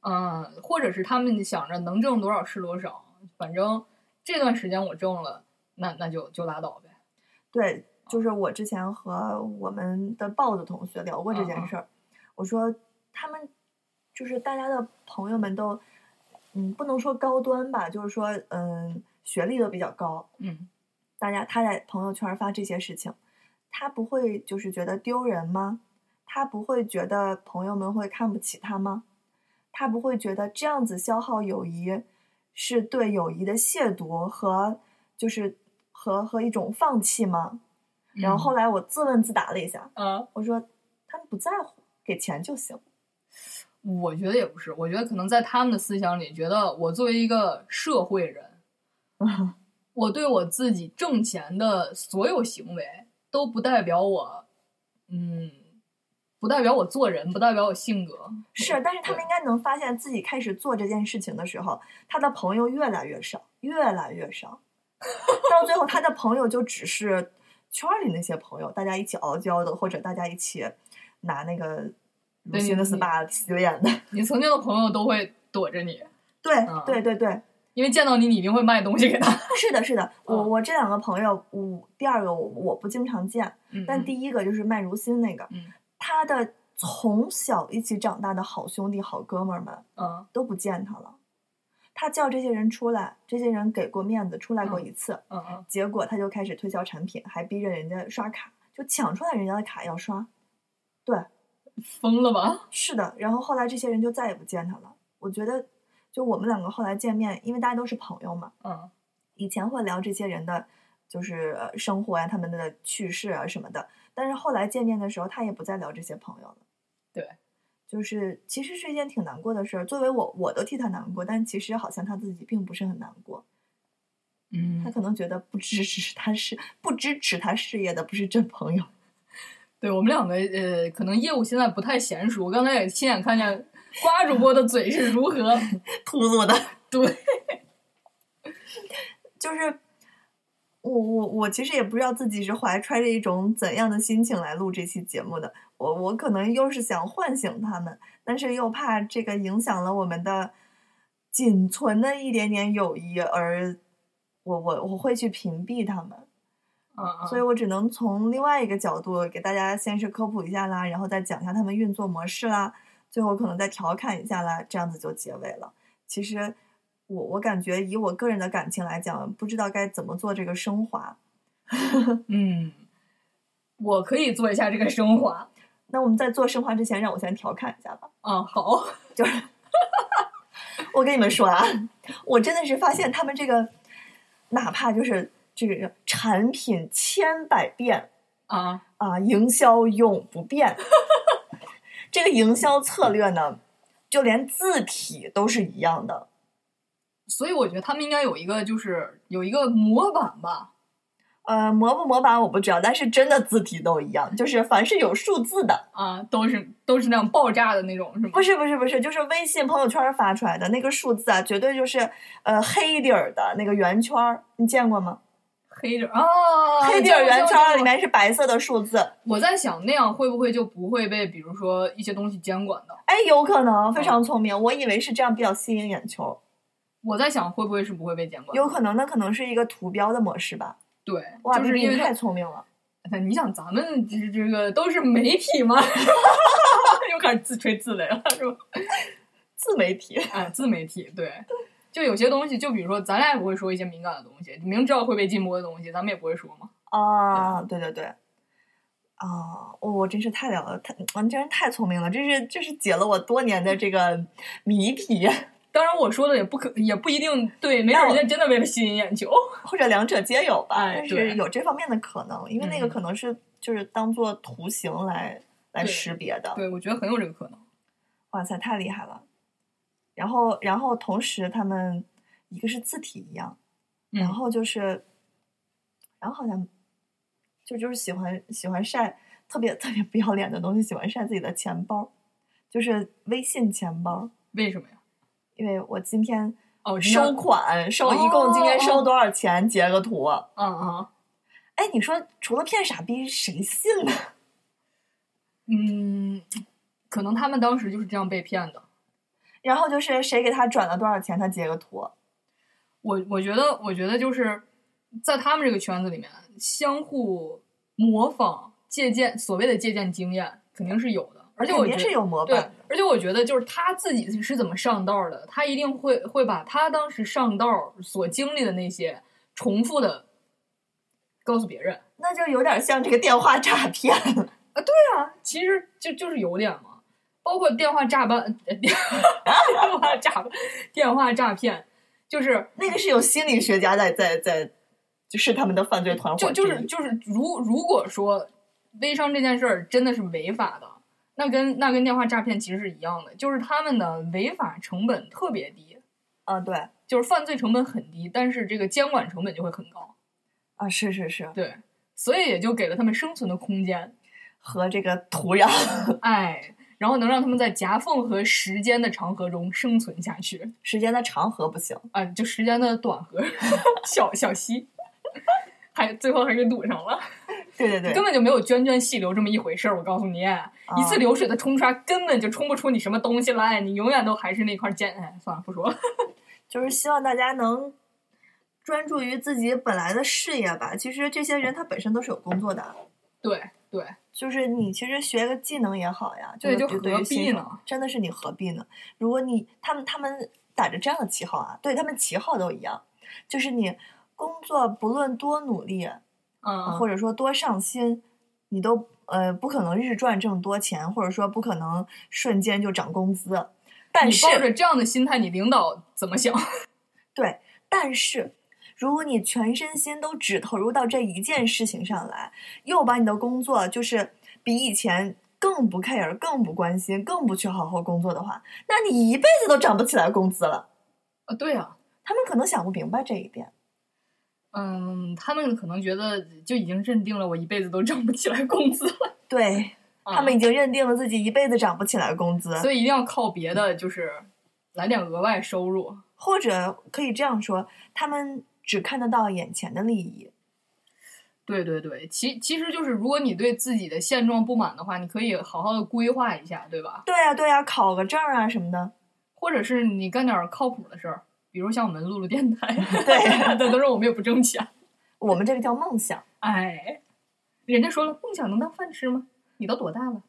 S2: 嗯、或者是他们想着能挣多少是多少，反正这段时间我挣了，那那就就拉倒呗。
S1: 对，就是我之前和我们的豹子同学聊过这
S2: 嗯
S1: 件
S2: 嗯
S1: 事儿，我说他们就是大家的朋友们都，嗯，不能说高端吧，就是说，嗯，学历都比较高，
S2: 嗯
S1: 大家他在朋友圈发这些事情，他不会就是觉得丢人吗？他不会觉得朋友们会看不起他吗？他不会觉得这样子消耗友谊是对友谊的亵渎和就是和和一种放弃吗？然后后来我自问自答了一下，
S2: 啊，
S1: 我说他们不在乎，给钱就行。
S2: 我觉得也不是，我觉得可能在他们的思想里，觉得我作为一个社会人，
S1: 嗯
S2: 我对我自己挣钱的所有行为都不代表我，嗯，不代表我做人，不代表我性格。嗯
S1: 是，但是他们应该能发现自己开始做这件事情的时候，他的朋友越来越少，越来越少，到最后他的朋友就只是圈儿里那些朋友，大家一起熬胶的，或者大家一起拿那个乳
S2: 对
S1: 清的
S2: 你
S1: SPA 洗脸的。
S2: 你曾经的朋友都会躲着你。
S1: 对
S2: 嗯
S1: 对对对，
S2: 因为见到你，你一定会卖东西给他。
S1: 是的，是的，我
S2: 嗯
S1: 我这两个朋友，我第二个我我不经常见，
S2: 嗯
S1: 但第一个就是麦如心那个，
S2: 嗯
S1: 他的从小一起长大的好兄弟、好哥们儿们
S2: 嗯
S1: 都不见他了。他叫这些人出来，这些人给过面子，出来过
S2: 嗯
S1: 一次，
S2: 嗯嗯，
S1: 结果他就开始推销产品，还逼着人家刷卡，就抢出来人家的卡要刷。
S2: 疯了吧？
S1: 是的，然后后来这些人就再也不见他了。我觉得，就我们两个后来见面，因为大家都是朋友嘛，
S2: 嗯
S1: 以前会聊这些人的，就是呃生活呀、他们的趣事啊什么的。但是后来见面的时候，他也不再聊这些朋友了。
S2: 对，
S1: 就是其实是一件挺难过的事儿。作为我，我都替他难过，但其实好像他自己并不是很难过。他
S2: 嗯，
S1: 可能觉得不支持他是不支持他事业的不是真朋友。
S2: 对我们两个呃，可能业务现在不太娴熟。我刚才也亲眼看见瓜主播的嘴是如何嗯
S1: 秃噜的。
S2: 对，
S1: 就是我我我其实也不知道自己是怀揣着一种怎样的心情来录这期节目的。我我可能又是想唤醒他们，但是又怕这个影响了我们的仅存的一点点友谊，而我我我会去屏蔽他们，
S2: 嗯嗯，
S1: 所以我只能从另外一个角度给大家先是科普一下啦，然后再讲一下他们运作模式啦，最后可能再调侃一下啦，这样子就结尾了。其实我我感觉以我个人的感情来讲，不知道该怎么做这个升华。
S2: 嗯，我可以做一下这个升华。
S1: 那我们在做升华之前，让我先调侃一下吧。
S2: 啊，好，
S1: 我跟你们说啊， 我真的是发现他们这个，哪怕就是这个产品千百变
S2: 啊，
S1: 啊，营销永 不变。这个营销策略呢，就连字体都是一样的。
S2: 所以我觉得他们应该有一个就是有一个模板吧。
S1: 呃，模不模板我不知道，但是真的字体都一样，就是凡是有数字的，
S2: 啊，都是都是那样爆炸的那种，是吗？
S1: 不是不是不是，就是微信朋友圈发出来的那个数字啊，绝对就是呃黑底儿的那个圆圈儿，你见过吗？
S2: 黑底儿啊，
S1: 黑底
S2: 这
S1: 儿
S2: 样
S1: 圆圈
S2: 这
S1: 儿
S2: 样
S1: 里面是白色的数字，
S2: 我在想，那样会不会就不会被，比如说一些东西监管的？
S1: 哎，有可能
S2: 嗯
S1: 非常聪明，我以为是这样比较吸引眼球，
S2: 我在想，会不会是不会被监管的？
S1: 有可能那可能是一个图标的模式吧。
S2: 对，
S1: 哇，
S2: 就
S1: 这
S2: 是因为
S1: 太聪明了，
S2: 它你想，咱们这这个都是媒体嘛， 又开始自吹自擂了，是吧？
S1: 自媒体。
S2: 哎，自媒体，对，就有些东西，就比如说，咱俩也不会说一些敏感的东西，明知道会被禁播的东西，咱们也不会说嘛。
S1: 啊，对对对，啊，我我真是太了了，太，嗯，真是太聪明了，这是这是解了我多年的这个谜题，
S2: 当然，我说的也不可，也不一定对，没
S1: 但
S2: 准
S1: 我
S2: 人家真的为了吸引眼球。
S1: 或者两者皆有吧，
S2: 哎
S1: 但
S2: 对
S1: 是有这方面的可能，因为那个
S2: 嗯
S1: 可能是就是当做图形来来
S2: 对
S1: 识别的，
S2: 对，我觉得很有这个可能。
S1: 哇塞，太厉害了。然后，然后同时他们一个是字体一样，然
S2: 嗯
S1: 后就是，然后好像就就是喜欢喜欢晒特别特别不要脸的东西，喜欢晒自己的钱包，就是微信钱包。
S2: 为什么呀？
S1: 因为我今天
S2: 哦，你要
S1: 收款收一共今天收多少钱，截个图。
S2: 啊啊，
S1: 哦哎，你说除了骗傻逼，谁信呢？
S2: 嗯，可能他们当时就是这样被骗的。
S1: 然后就是谁给他转了多少钱，他截个图。
S2: 我我觉得，我觉得就是在他们这个圈子里面，相互模仿、借鉴所谓的借鉴经验，肯定是有的。而且我
S1: 肯
S2: 觉
S1: 定是
S2: 得，
S1: 有模
S2: 对
S1: 板的，
S2: 而且我觉得就是他自己是怎么上道的，他一定会会把他当时上道所经历的那些重复的告诉别人。
S1: 那就有点像这个电话诈骗了。
S2: 对啊，其实就就是有点嘛，包括电话诈办、电话诈、电话诈骗，就是
S1: 那个是有心理学家在在在，就是他们的犯罪团伙
S2: 就
S1: 之
S2: 就
S1: 一。
S2: 是就是，如如果说微商这件事儿真的是违法的，那跟那跟电话诈骗其实是一样的，就是他们的违法成本特别低，
S1: 啊，对
S2: 就是犯罪成本很低，但是这个监管成本就会很高，
S1: 啊，是是是，
S2: 对，所以也就给了他们生存的空间，
S1: 和这个土壤。
S2: 哎，然后能让他们在夹缝和时间的长河中生存下去，
S1: 时间的长河不行，
S2: 啊，就时间的短河， 小小溪。还最后还给堵上了，
S1: 对对对，
S2: 根本就没有涓涓细流这么一回事儿。我告诉你，
S1: 啊
S2: 一次流水的冲刷根本就冲不出你什么东西来，你永远都还是那块儿尖。哎，算了，不说了。
S1: 就是希望大家能专注于自己本来的事业吧。其实这些人他本身都是有工作的，
S2: 对对，
S1: 就是你其实学个技能也好呀，
S2: 对就
S1: 就
S2: 是
S1: 对于
S2: 何必
S1: 新手
S2: 呢？
S1: 真的是你何必呢？如果你他们他们打着这样的旗号啊，对他们旗号都一样，就是你工作不论多努力，
S2: 嗯，
S1: 啊或者说多上心，你都呃不可能日赚这么多钱，或者说不可能瞬间就涨工资。但
S2: 你
S1: 是
S2: 抱着这样的心态，你领导怎么想？
S1: 对，但是如果你全身心都只投入到这一件事情上来，又把你的工作就是比以前更不 care、更不关心、更不去好好工作的话，那你一辈子都涨不起来工资了。
S2: 啊，
S1: 哦
S2: 对啊，
S1: 他们可能想不明白这一点，
S2: 嗯，他们可能觉得就已经认定了我一辈子都挣不起来工资了，
S1: 对他们已经认定了自己一辈子涨不起来工资。
S2: 啊嗯所以一定要靠别的，就是来点额外收入。
S1: 或者可以这样说，他们只看得到眼前的利益。
S2: 对对对，其其实就是，如果你对自己的现状不满的话，你可以好好的规划一下，对吧？
S1: 对呀、啊对呀、考个证儿啊什么的。
S2: 或者是你干点靠谱的事儿，比如像我们录录电台，
S1: 对
S2: 对，都是我们也不挣钱。
S1: 我们这个叫梦想。
S2: 哎，人家说了，梦想能当饭吃吗？你都多大了？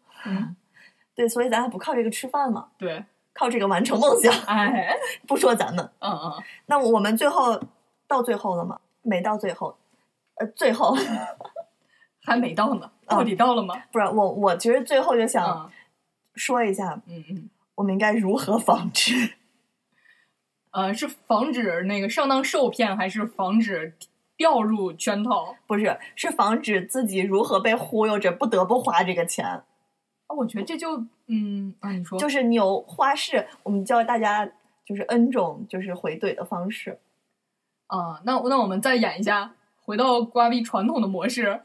S1: 对，所以咱还不靠这个吃饭嘛，
S2: 对，
S1: 靠这个完成梦想。
S2: 哎，
S1: 不说咱们，
S2: 嗯嗯，
S1: 那我们最后到最后了吗？没到最后，呃，最后
S2: 还没到呢，
S1: 哦
S2: 到底到了吗？
S1: 不是我，我其实最后就想
S2: 啊，
S1: 说一下，
S2: 嗯嗯，
S1: 我们应该如何防止
S2: 呃，是防止那个上当受骗，还是防止掉入圈套？
S1: 不是，是防止自己如何被忽悠着不得不花这个钱。
S2: 啊，我觉得这就，嗯啊，你说，
S1: 就是你有花式，我们教大家就是 N 种就是回怼的方式。
S2: 啊，那那我们再演一下，回到瓜逼传统的模式，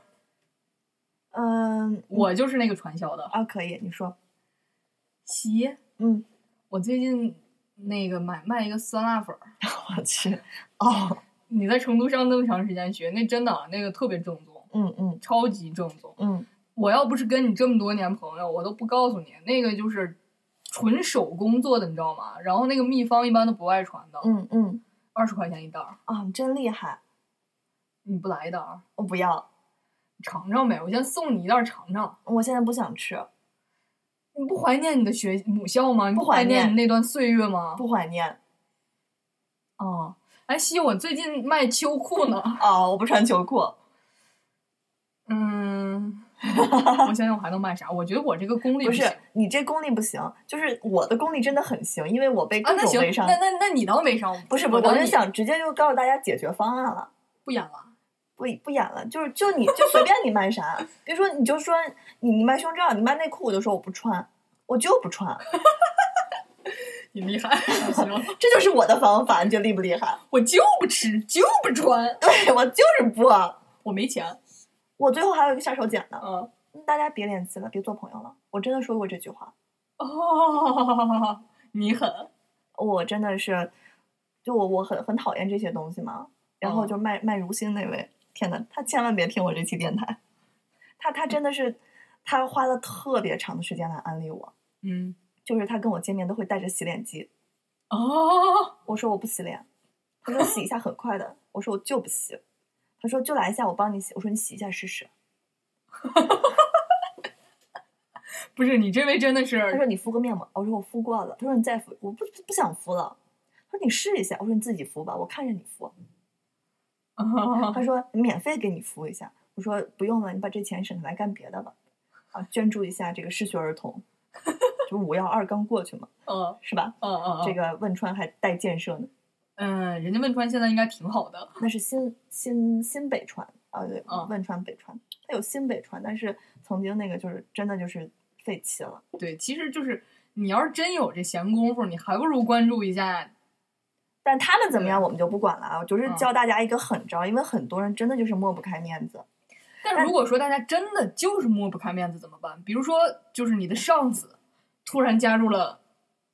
S1: 嗯，
S2: 我就是那个传销的。
S1: 啊，可以，你说，
S2: 洗，
S1: 嗯，
S2: 我最近那个买卖一个酸辣粉儿，
S1: 我去，哦，
S2: 你在成都上那么长时间学，那真的啊那个特别正宗，
S1: 嗯嗯
S2: 超级正宗。
S1: 嗯，
S2: 我要不是跟你这么多年朋友，我都不告诉你，那个就是纯手工做的，你知道吗？然后那个秘方一般都不外传的，
S1: 嗯嗯，
S2: 二十块钱一袋儿，
S1: 啊，你真厉害，
S2: 你不来一袋儿，
S1: 我不要，
S2: 你尝尝呗，我先送你一袋儿尝尝。
S1: 我现在不想吃，
S2: 你不怀念你的学母校吗？你
S1: 不怀
S2: 怀念
S1: 念
S2: 你那段岁月吗？
S1: 不怀念。
S2: 哦，哎，西，我最近卖秋裤呢。
S1: 哦，我不穿秋裤，
S2: 嗯，我想想我还能卖啥？我觉得我这个功力
S1: 不
S2: 行
S1: 是你这功力不行，就是我的功力真的很行，因为我被
S2: 啊，
S1: 各
S2: 那
S1: 种
S2: 行
S1: 微，商。
S2: 那那那你当微商？
S1: 不是不
S2: 我
S1: 是，我
S2: 当
S1: 就
S2: 你
S1: 想直接就告诉大家解决方案了。
S2: 不演了。
S1: 不不演了，就是就你就随便你卖啥，比如说你就说你你卖胸罩，你卖内裤，我就说我不穿，我就不穿，
S2: 你厉害， 行，
S1: 这就是我的方法，你觉得厉不厉害？
S2: 我就不吃，就不穿，
S1: 对我就是不，啊
S2: 我没钱。
S1: 我最后还有一个下手锏呢，
S2: 嗯，
S1: 大家别联系了，别做朋友了，我真的说过这句话，
S2: 哦，你狠，
S1: 我真的是，就我我很很讨厌这些东西嘛，然后就卖、卖如新那位，天呐，他千万别听我这期电台，他他真的是他花了特别长的时间来安利我，
S2: 嗯，
S1: 就是他跟我见面都会带着洗脸机。
S2: 哦，
S1: 我说我不洗脸，他说洗一下很快的，我说我就不洗，他说就来一下我帮你洗，我说你洗一下试试，
S2: 不是，你这位真的
S1: 他
S2: 是
S1: 说你敷过面膜，我说我敷过了，他说你再敷，我不不想敷了，他说你试一下，我说你自己敷吧，我看着你敷，
S2: 啊
S1: 他说免费给你敷一下，我说不用了，你把这钱省下来干别的吧，啊，捐助一下这个失学儿童， 就五幺二刚过去嘛，
S2: 嗯
S1: 是吧？
S2: 嗯嗯，
S1: 这个汶川还带建设呢，
S2: 嗯，人家汶川现在应该挺好的。
S1: 那是新新新北川啊，对，
S2: 嗯
S1: 汶川北川，它有新北川，但是曾经那个就是真的就是废弃了。
S2: 对，其实就是你要是真有这闲工夫，你还不如关注一下。
S1: 但他们怎么样，我们就不管了啊！我就是
S2: 嗯
S1: 教大家一个狠招，因为很多人真的就是抹不开面子。
S2: 但
S1: 但
S2: 如果说大家真的就是抹不开面子怎么办？比如说，就是你的上司突然加入了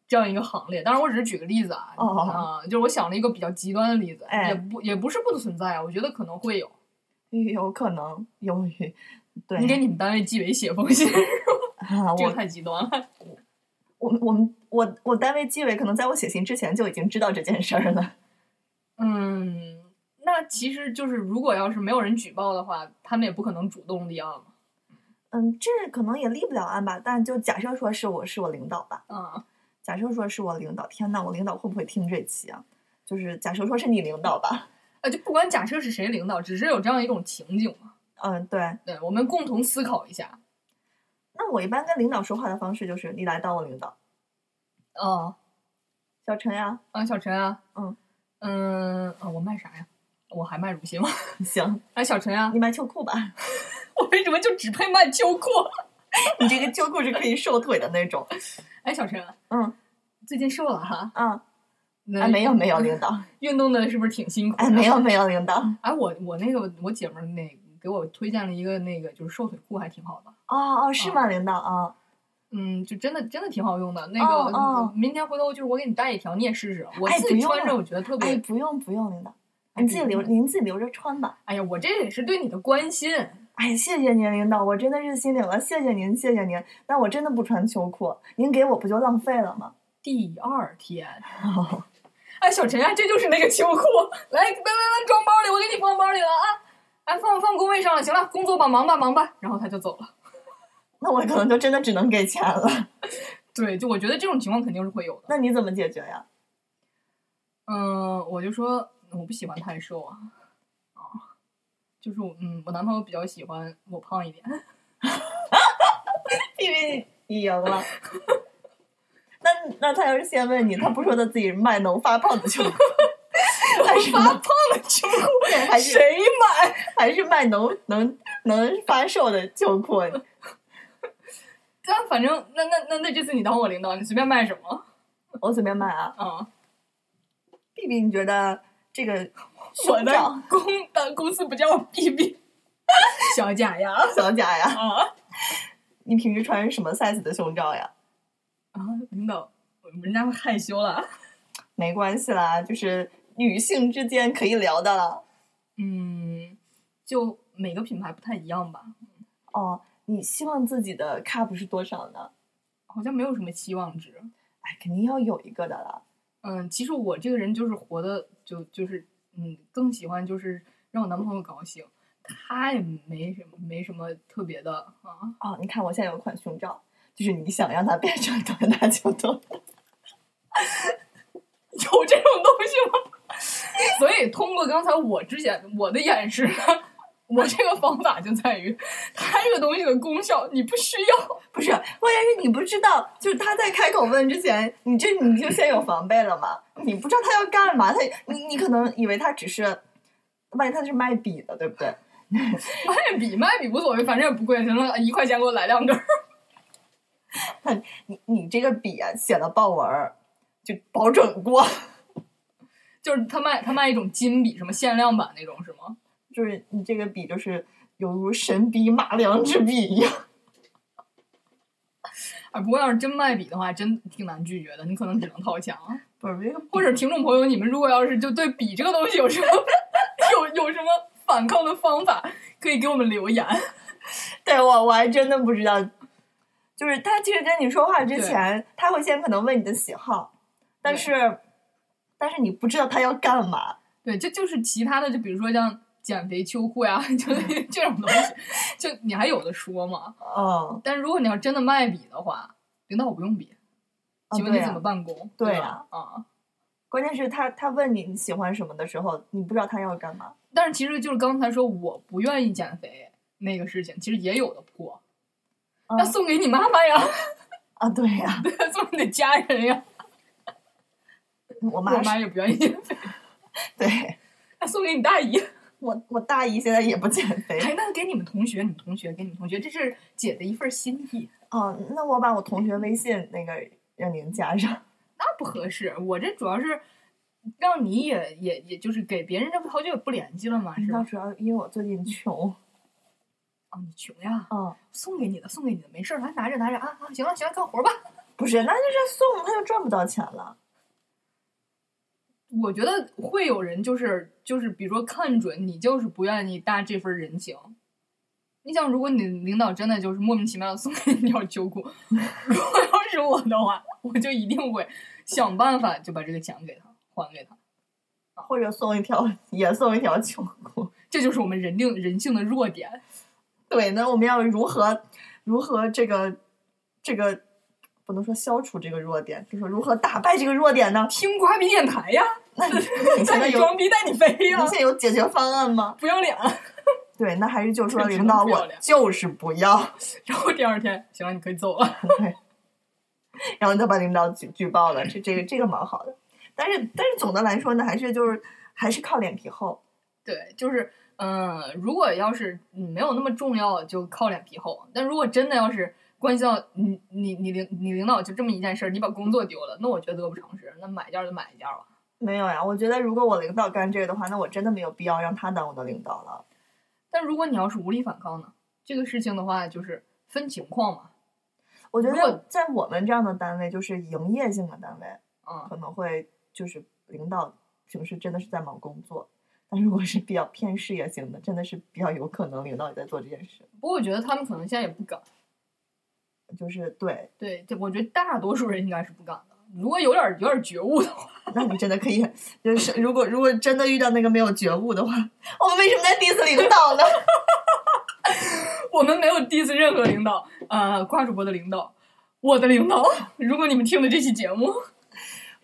S2: 这样一个行列，当然我只是举个例子啊，啊、
S1: 哦
S2: 就是我想了一个比较极端的例子，
S1: 哎
S2: 也不也不是不存在啊，我觉得可能会有。
S1: 有可能由于对，
S2: 你给你们单位纪委写封信，
S1: 啊，
S2: 这个
S1: 我
S2: 太极端了。
S1: 我们我们我我单位纪委可能在我写信之前就已经知道这件事儿了。
S2: 嗯，那其实就是如果要是没有人举报的话，他们也不可能主动立案嘛。
S1: 嗯，这可能也立不了案吧，但就假设说是我是我领导吧，
S2: 嗯，
S1: 假设说是我领导，天呐，我领导会不会听这期啊？就是假设说是你领导吧，
S2: 呃，就不管假设是谁领导，只是有这样一种情景嘛。
S1: 嗯，对。
S2: 对，我们共同思考一下。
S1: 那我一般跟领导说话的方式就是，你来当我领导，
S2: 哦，
S1: 小陈呀、
S2: 啊，小陈啊，
S1: 嗯
S2: 嗯、啊我卖啥呀？我还卖乳鞋吗？
S1: 行，
S2: 哎，小陈啊
S1: 你，买秋裤吧，
S2: 我为什么就只配卖秋裤？
S1: 你这个秋裤是可以瘦腿的那种。
S2: 哎，小陈啊，
S1: 嗯
S2: 最近瘦了哈？
S1: 嗯，
S2: 那
S1: 哎，没有没有， 领导，
S2: 运动的是不是挺辛苦？
S1: 哎，没有。没有，领 导。
S2: 哎，我我那个我姐们儿那给我推荐了一个那个就是瘦腿裤，还挺好的。
S1: 哦哦，是吗，领导啊？
S2: 嗯，就真的真的挺好用的。那
S1: 哦
S2: 个、嗯
S1: 哦
S2: 明天回头就是我给你带一条，你也试试。我
S1: 哎
S2: 自
S1: 不
S2: 己
S1: 用
S2: 穿着，
S1: 了
S2: 我觉得特别。
S1: 哎，
S2: 哎
S1: 不用不用，领导，
S2: 哎不
S1: 你自己
S2: 用
S1: 留，
S2: 了
S1: 您自己留着穿吧。
S2: 哎呀，我这也是对你的关心。
S1: 哎，谢谢您，领导，我真的是心领了，谢谢您，谢谢您。但我真的不穿秋裤，您给我不就浪费了吗？
S2: 第二天， 哎，小陈啊，这就是那个秋裤， 来，来来来，装包里，我给你放包里了啊。哎，放放工位上了，行了，工作吧，忙吧，忙吧。然后他就走了。
S1: 那我可能就真的只能给钱了。
S2: 对，就我觉得这种情况肯定是会有的。
S1: 那你怎么解决呀？
S2: 嗯、我就说我不喜欢太瘦啊，啊，就是我嗯，我男朋友比较喜欢我胖一点。
S1: 因为你赢了。 那那他要是先问你，他不说他自己卖能发胖 的秋裤，还是
S2: 发胖的秋裤，
S1: 还是
S2: 谁买？
S1: 还是卖 能能能发售的秋裤？
S2: 但反正那那那那这次你当我领导，你随便卖什么
S1: 我随便卖啊。
S2: 啊？
S1: B B，你觉得这个
S2: 我
S1: 胸
S2: 的
S1: 罩
S2: 公的公司不叫我 BB 小贾呀
S1: 小贾呀？
S2: 啊
S1: 你平时穿什么 size 的胸罩呀？
S2: 啊！领导，人家会害羞了。
S1: 没关系啦，就是女性之间可以聊的了。
S2: 嗯，就每个品牌不太一样吧，
S1: 哦，你希望自己的 cup 是多少呢？
S2: 好像没有什么期望值。
S1: 哎，肯定要有一个的了。
S2: 嗯，其实我这个人就是活的就就是嗯，更喜欢就是让我男朋友高兴，他也没什么没什么特别的啊。
S1: 哦，你看我现在有款胸罩，就是你想让它变成多大就多。
S2: 有这种东西吗？ 所以通过刚才我之前我的演示呢，我这个方法就在于，它这个东西的功效你不需要。
S1: 不是，关键是你不知道，就是他在开口问之前，你这你就先有防备了嘛？你不知道他要干嘛，他你你可能以为他只是，万一他是卖笔的，对不对？
S2: 卖笔卖笔无所谓，反正也不贵，行了，一块钱给我来两根儿。
S1: 你你这个笔啊，写了豹纹儿，就保准过。
S2: 就是他卖他卖一种金笔，什么限量版那种是吗？
S1: 就是你这个笔就是犹如神笔马良之笔一样。
S2: 啊，不过要是真卖笔的话，真挺难拒绝的，你可能只能掏钱了。
S1: 不是这个
S2: 或者听众朋友，你们如果要是就对笔这个东西有什么有有什么反抗的方法，可以给我们留言。
S1: 对我我还真的不知道，就是他其实跟你说话之前，他会先可能问你的喜好，但
S2: 对
S1: 是但是你不知道他要干嘛，
S2: 对，这就是其他的，就比如说像减肥秋裤呀，就是这种东西，就你还有的说嘛。
S1: 嗯，
S2: 但是如果你要真的卖笔的话，领导我不用笔，
S1: 啊
S2: 请问
S1: 对
S2: 你怎
S1: 啊
S2: 么办公？
S1: 对
S2: 吧啊。
S1: 关键是他他问你你喜欢什么的时候，你不知道他要干嘛，
S2: 但是其实就是刚才说我不愿意减肥那个事情，其实也有的破。
S1: 嗯
S2: 那送给你妈妈呀，
S1: 啊，对呀、
S2: 送给你的家人呀。
S1: 我
S2: 我
S1: 妈是
S2: 妈也不愿意减肥，
S1: 对
S2: 那送给你大姨。
S1: 我我大姨现在也不减肥，
S2: 哎，那给你们同学，你们同学给你们同学，这是姐的一份心意。
S1: 哦，那我把我同学微信那个让您加上，
S2: 那不合适。我这主要是让你也也也就是给别人，这不好久也不联系了嘛，是
S1: 嗯那
S2: 吧？
S1: 主要因为我最近穷，
S2: 啊，你穷呀，
S1: 嗯，
S2: 送给你的，送给你的，没事儿，来拿着拿着啊啊，行了行了，干活吧。
S1: 不是，那就是送他就赚不到钱了，
S2: 我觉得会有人就是就是，比如说看准你就是不愿意搭这份人情。你想，如果你领导真的就是莫名其妙的送给你条秋裤，如果要是我的话，我就一定会想办法就把这个钱给他还给他。
S1: 或者送一条也送一条穷裤。
S2: 这就是我们人定人性的弱点。
S1: 对，那我们要如何如何这个这个不能说消除这个弱点，就说如何打败这个弱点呢？
S2: 听瓜逼电台呀，
S1: 那你你现在
S2: 带你
S1: 有
S2: 装逼带你飞
S1: 你
S2: 呀
S1: 现，在有解决方案吗？
S2: 不要脸。
S1: 对，那还是就说
S2: 这只
S1: 领导
S2: 能不要
S1: 我
S2: 脸
S1: 就是不要，
S2: 然后第二天，行了，你可以走了。
S1: 然后就把领导举举报了，这这个这个蛮好的。但是但是总的来说呢，还是就是还是靠脸皮厚。
S2: 对，就是嗯、呃如果要是你没有那么重要，就靠脸皮厚；但如果真的要是关系到你你你领你领导就这么一件事儿，你把工作丢了，那我觉得得不偿失。那买一件儿就买一件儿吧。
S1: 没有呀，我觉得如果我领导干这个的话，那我真的没有必要让他当我的领导了。
S2: 但如果你要是无力反抗呢？这个事情的话，就是分情况嘛。
S1: 我觉
S2: 如果
S1: 得在我们这样的单位，就是营业性的单位，
S2: 嗯，
S1: 可能会就是领导平时真的是在忙工作，但如果是比较偏事业型的，真的是比较有可能领导也在做这件事。
S2: 不过我觉得他们可能现在也不敢。
S1: 就是对，
S2: 对，这我觉得大多数人应该是不敢的。如果有点有点觉悟的话，
S1: 那你真的可以，就是如果如果真的遇到那个没有觉悟的话，我们为什么在 diss 领导呢？
S2: 我们没有 diss 任何领导，呃，瓜主播的领导，我的领导。如果你们听了这期节目，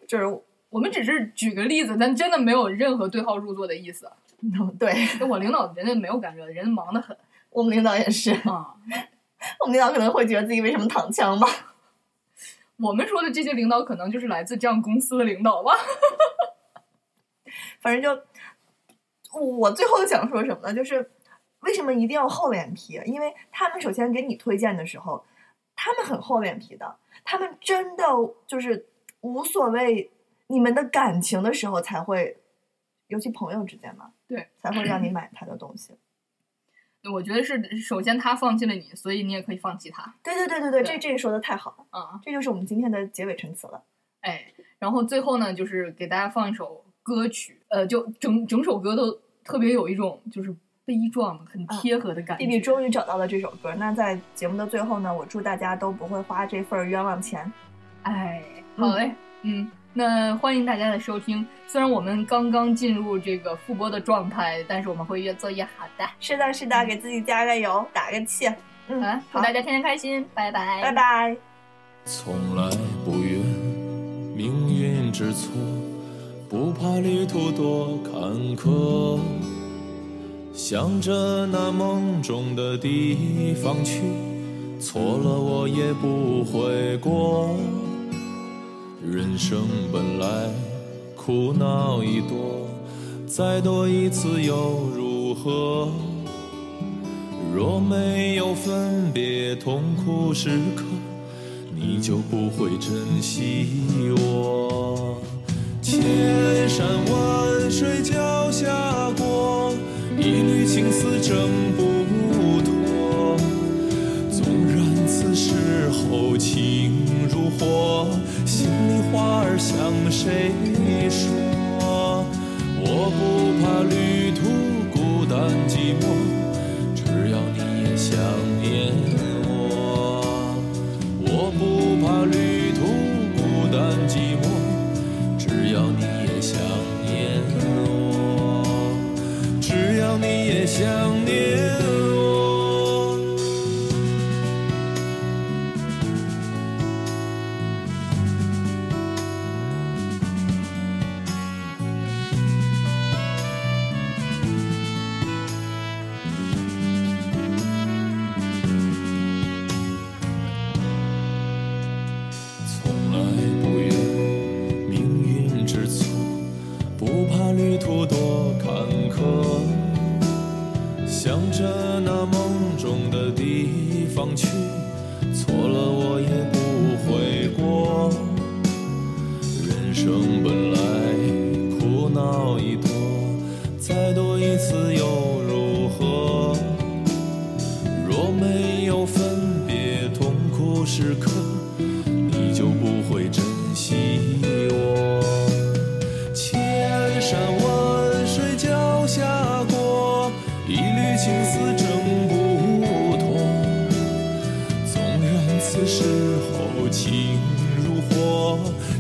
S1: 就是
S2: 我们只是举个例子，但真的没有任何对号入座的意思。
S1: 嗯对
S2: 就我领导人家没有感觉，人家忙得很
S1: 我们领导也是，
S2: 啊。
S1: 我们领导可能会觉得自己为什么躺枪吧。
S2: 我们说的这些领导，可能就是来自这样公司的领导吧。
S1: 反正就我最后想说什么呢？就是为什么一定要厚脸皮？因为他们首先给你推荐的时候，他们很厚脸皮的，他们真的就是无所谓你们的感情的时候才会，尤其朋友之间嘛，
S2: 对，
S1: 才会让你买他的东西。
S2: 对我觉得是，首先他放弃了你，所以你也可以放弃他
S1: 对对对对对，
S2: 对
S1: 这这个说的太好了，
S2: 啊。
S1: 这就是我们今天的结尾陈词了。
S2: 哎，然后最后呢，就是给大家放一首歌曲，呃，就整整首歌都特别有一种就是悲壮、很贴合的感觉。
S1: 嗯弟弟终于找到了这首歌，那在节目的最后呢，我祝大家都不会花这份儿冤枉钱。
S2: 哎，好嘞，嗯，那欢迎大家的收听。虽然我们刚刚进入这个复播的状态，但是我们会越做越好的。
S1: 是的，是的，给自己加个油，打个气。嗯，
S2: 嗯啊，祝
S1: 好
S2: 大家天天开心，拜拜，
S1: 拜。拜。
S3: 从来不怨命运之错，不怕旅途多坎坷，向着那梦中的地方去，错了我也不悔过。人生本来苦恼已多，再多一次又如何？若没有分别痛苦时刻，你就不会珍惜我。千山万水脚下过，一缕情丝挣不脱。纵然此时候情如火，心里话儿向谁说？我不怕旅途孤单寂寞，只要你也想念我。我不怕旅途孤单寂寞，只要你也想念我，只要你也想念我。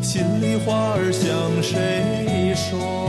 S3: 心里话儿向谁说？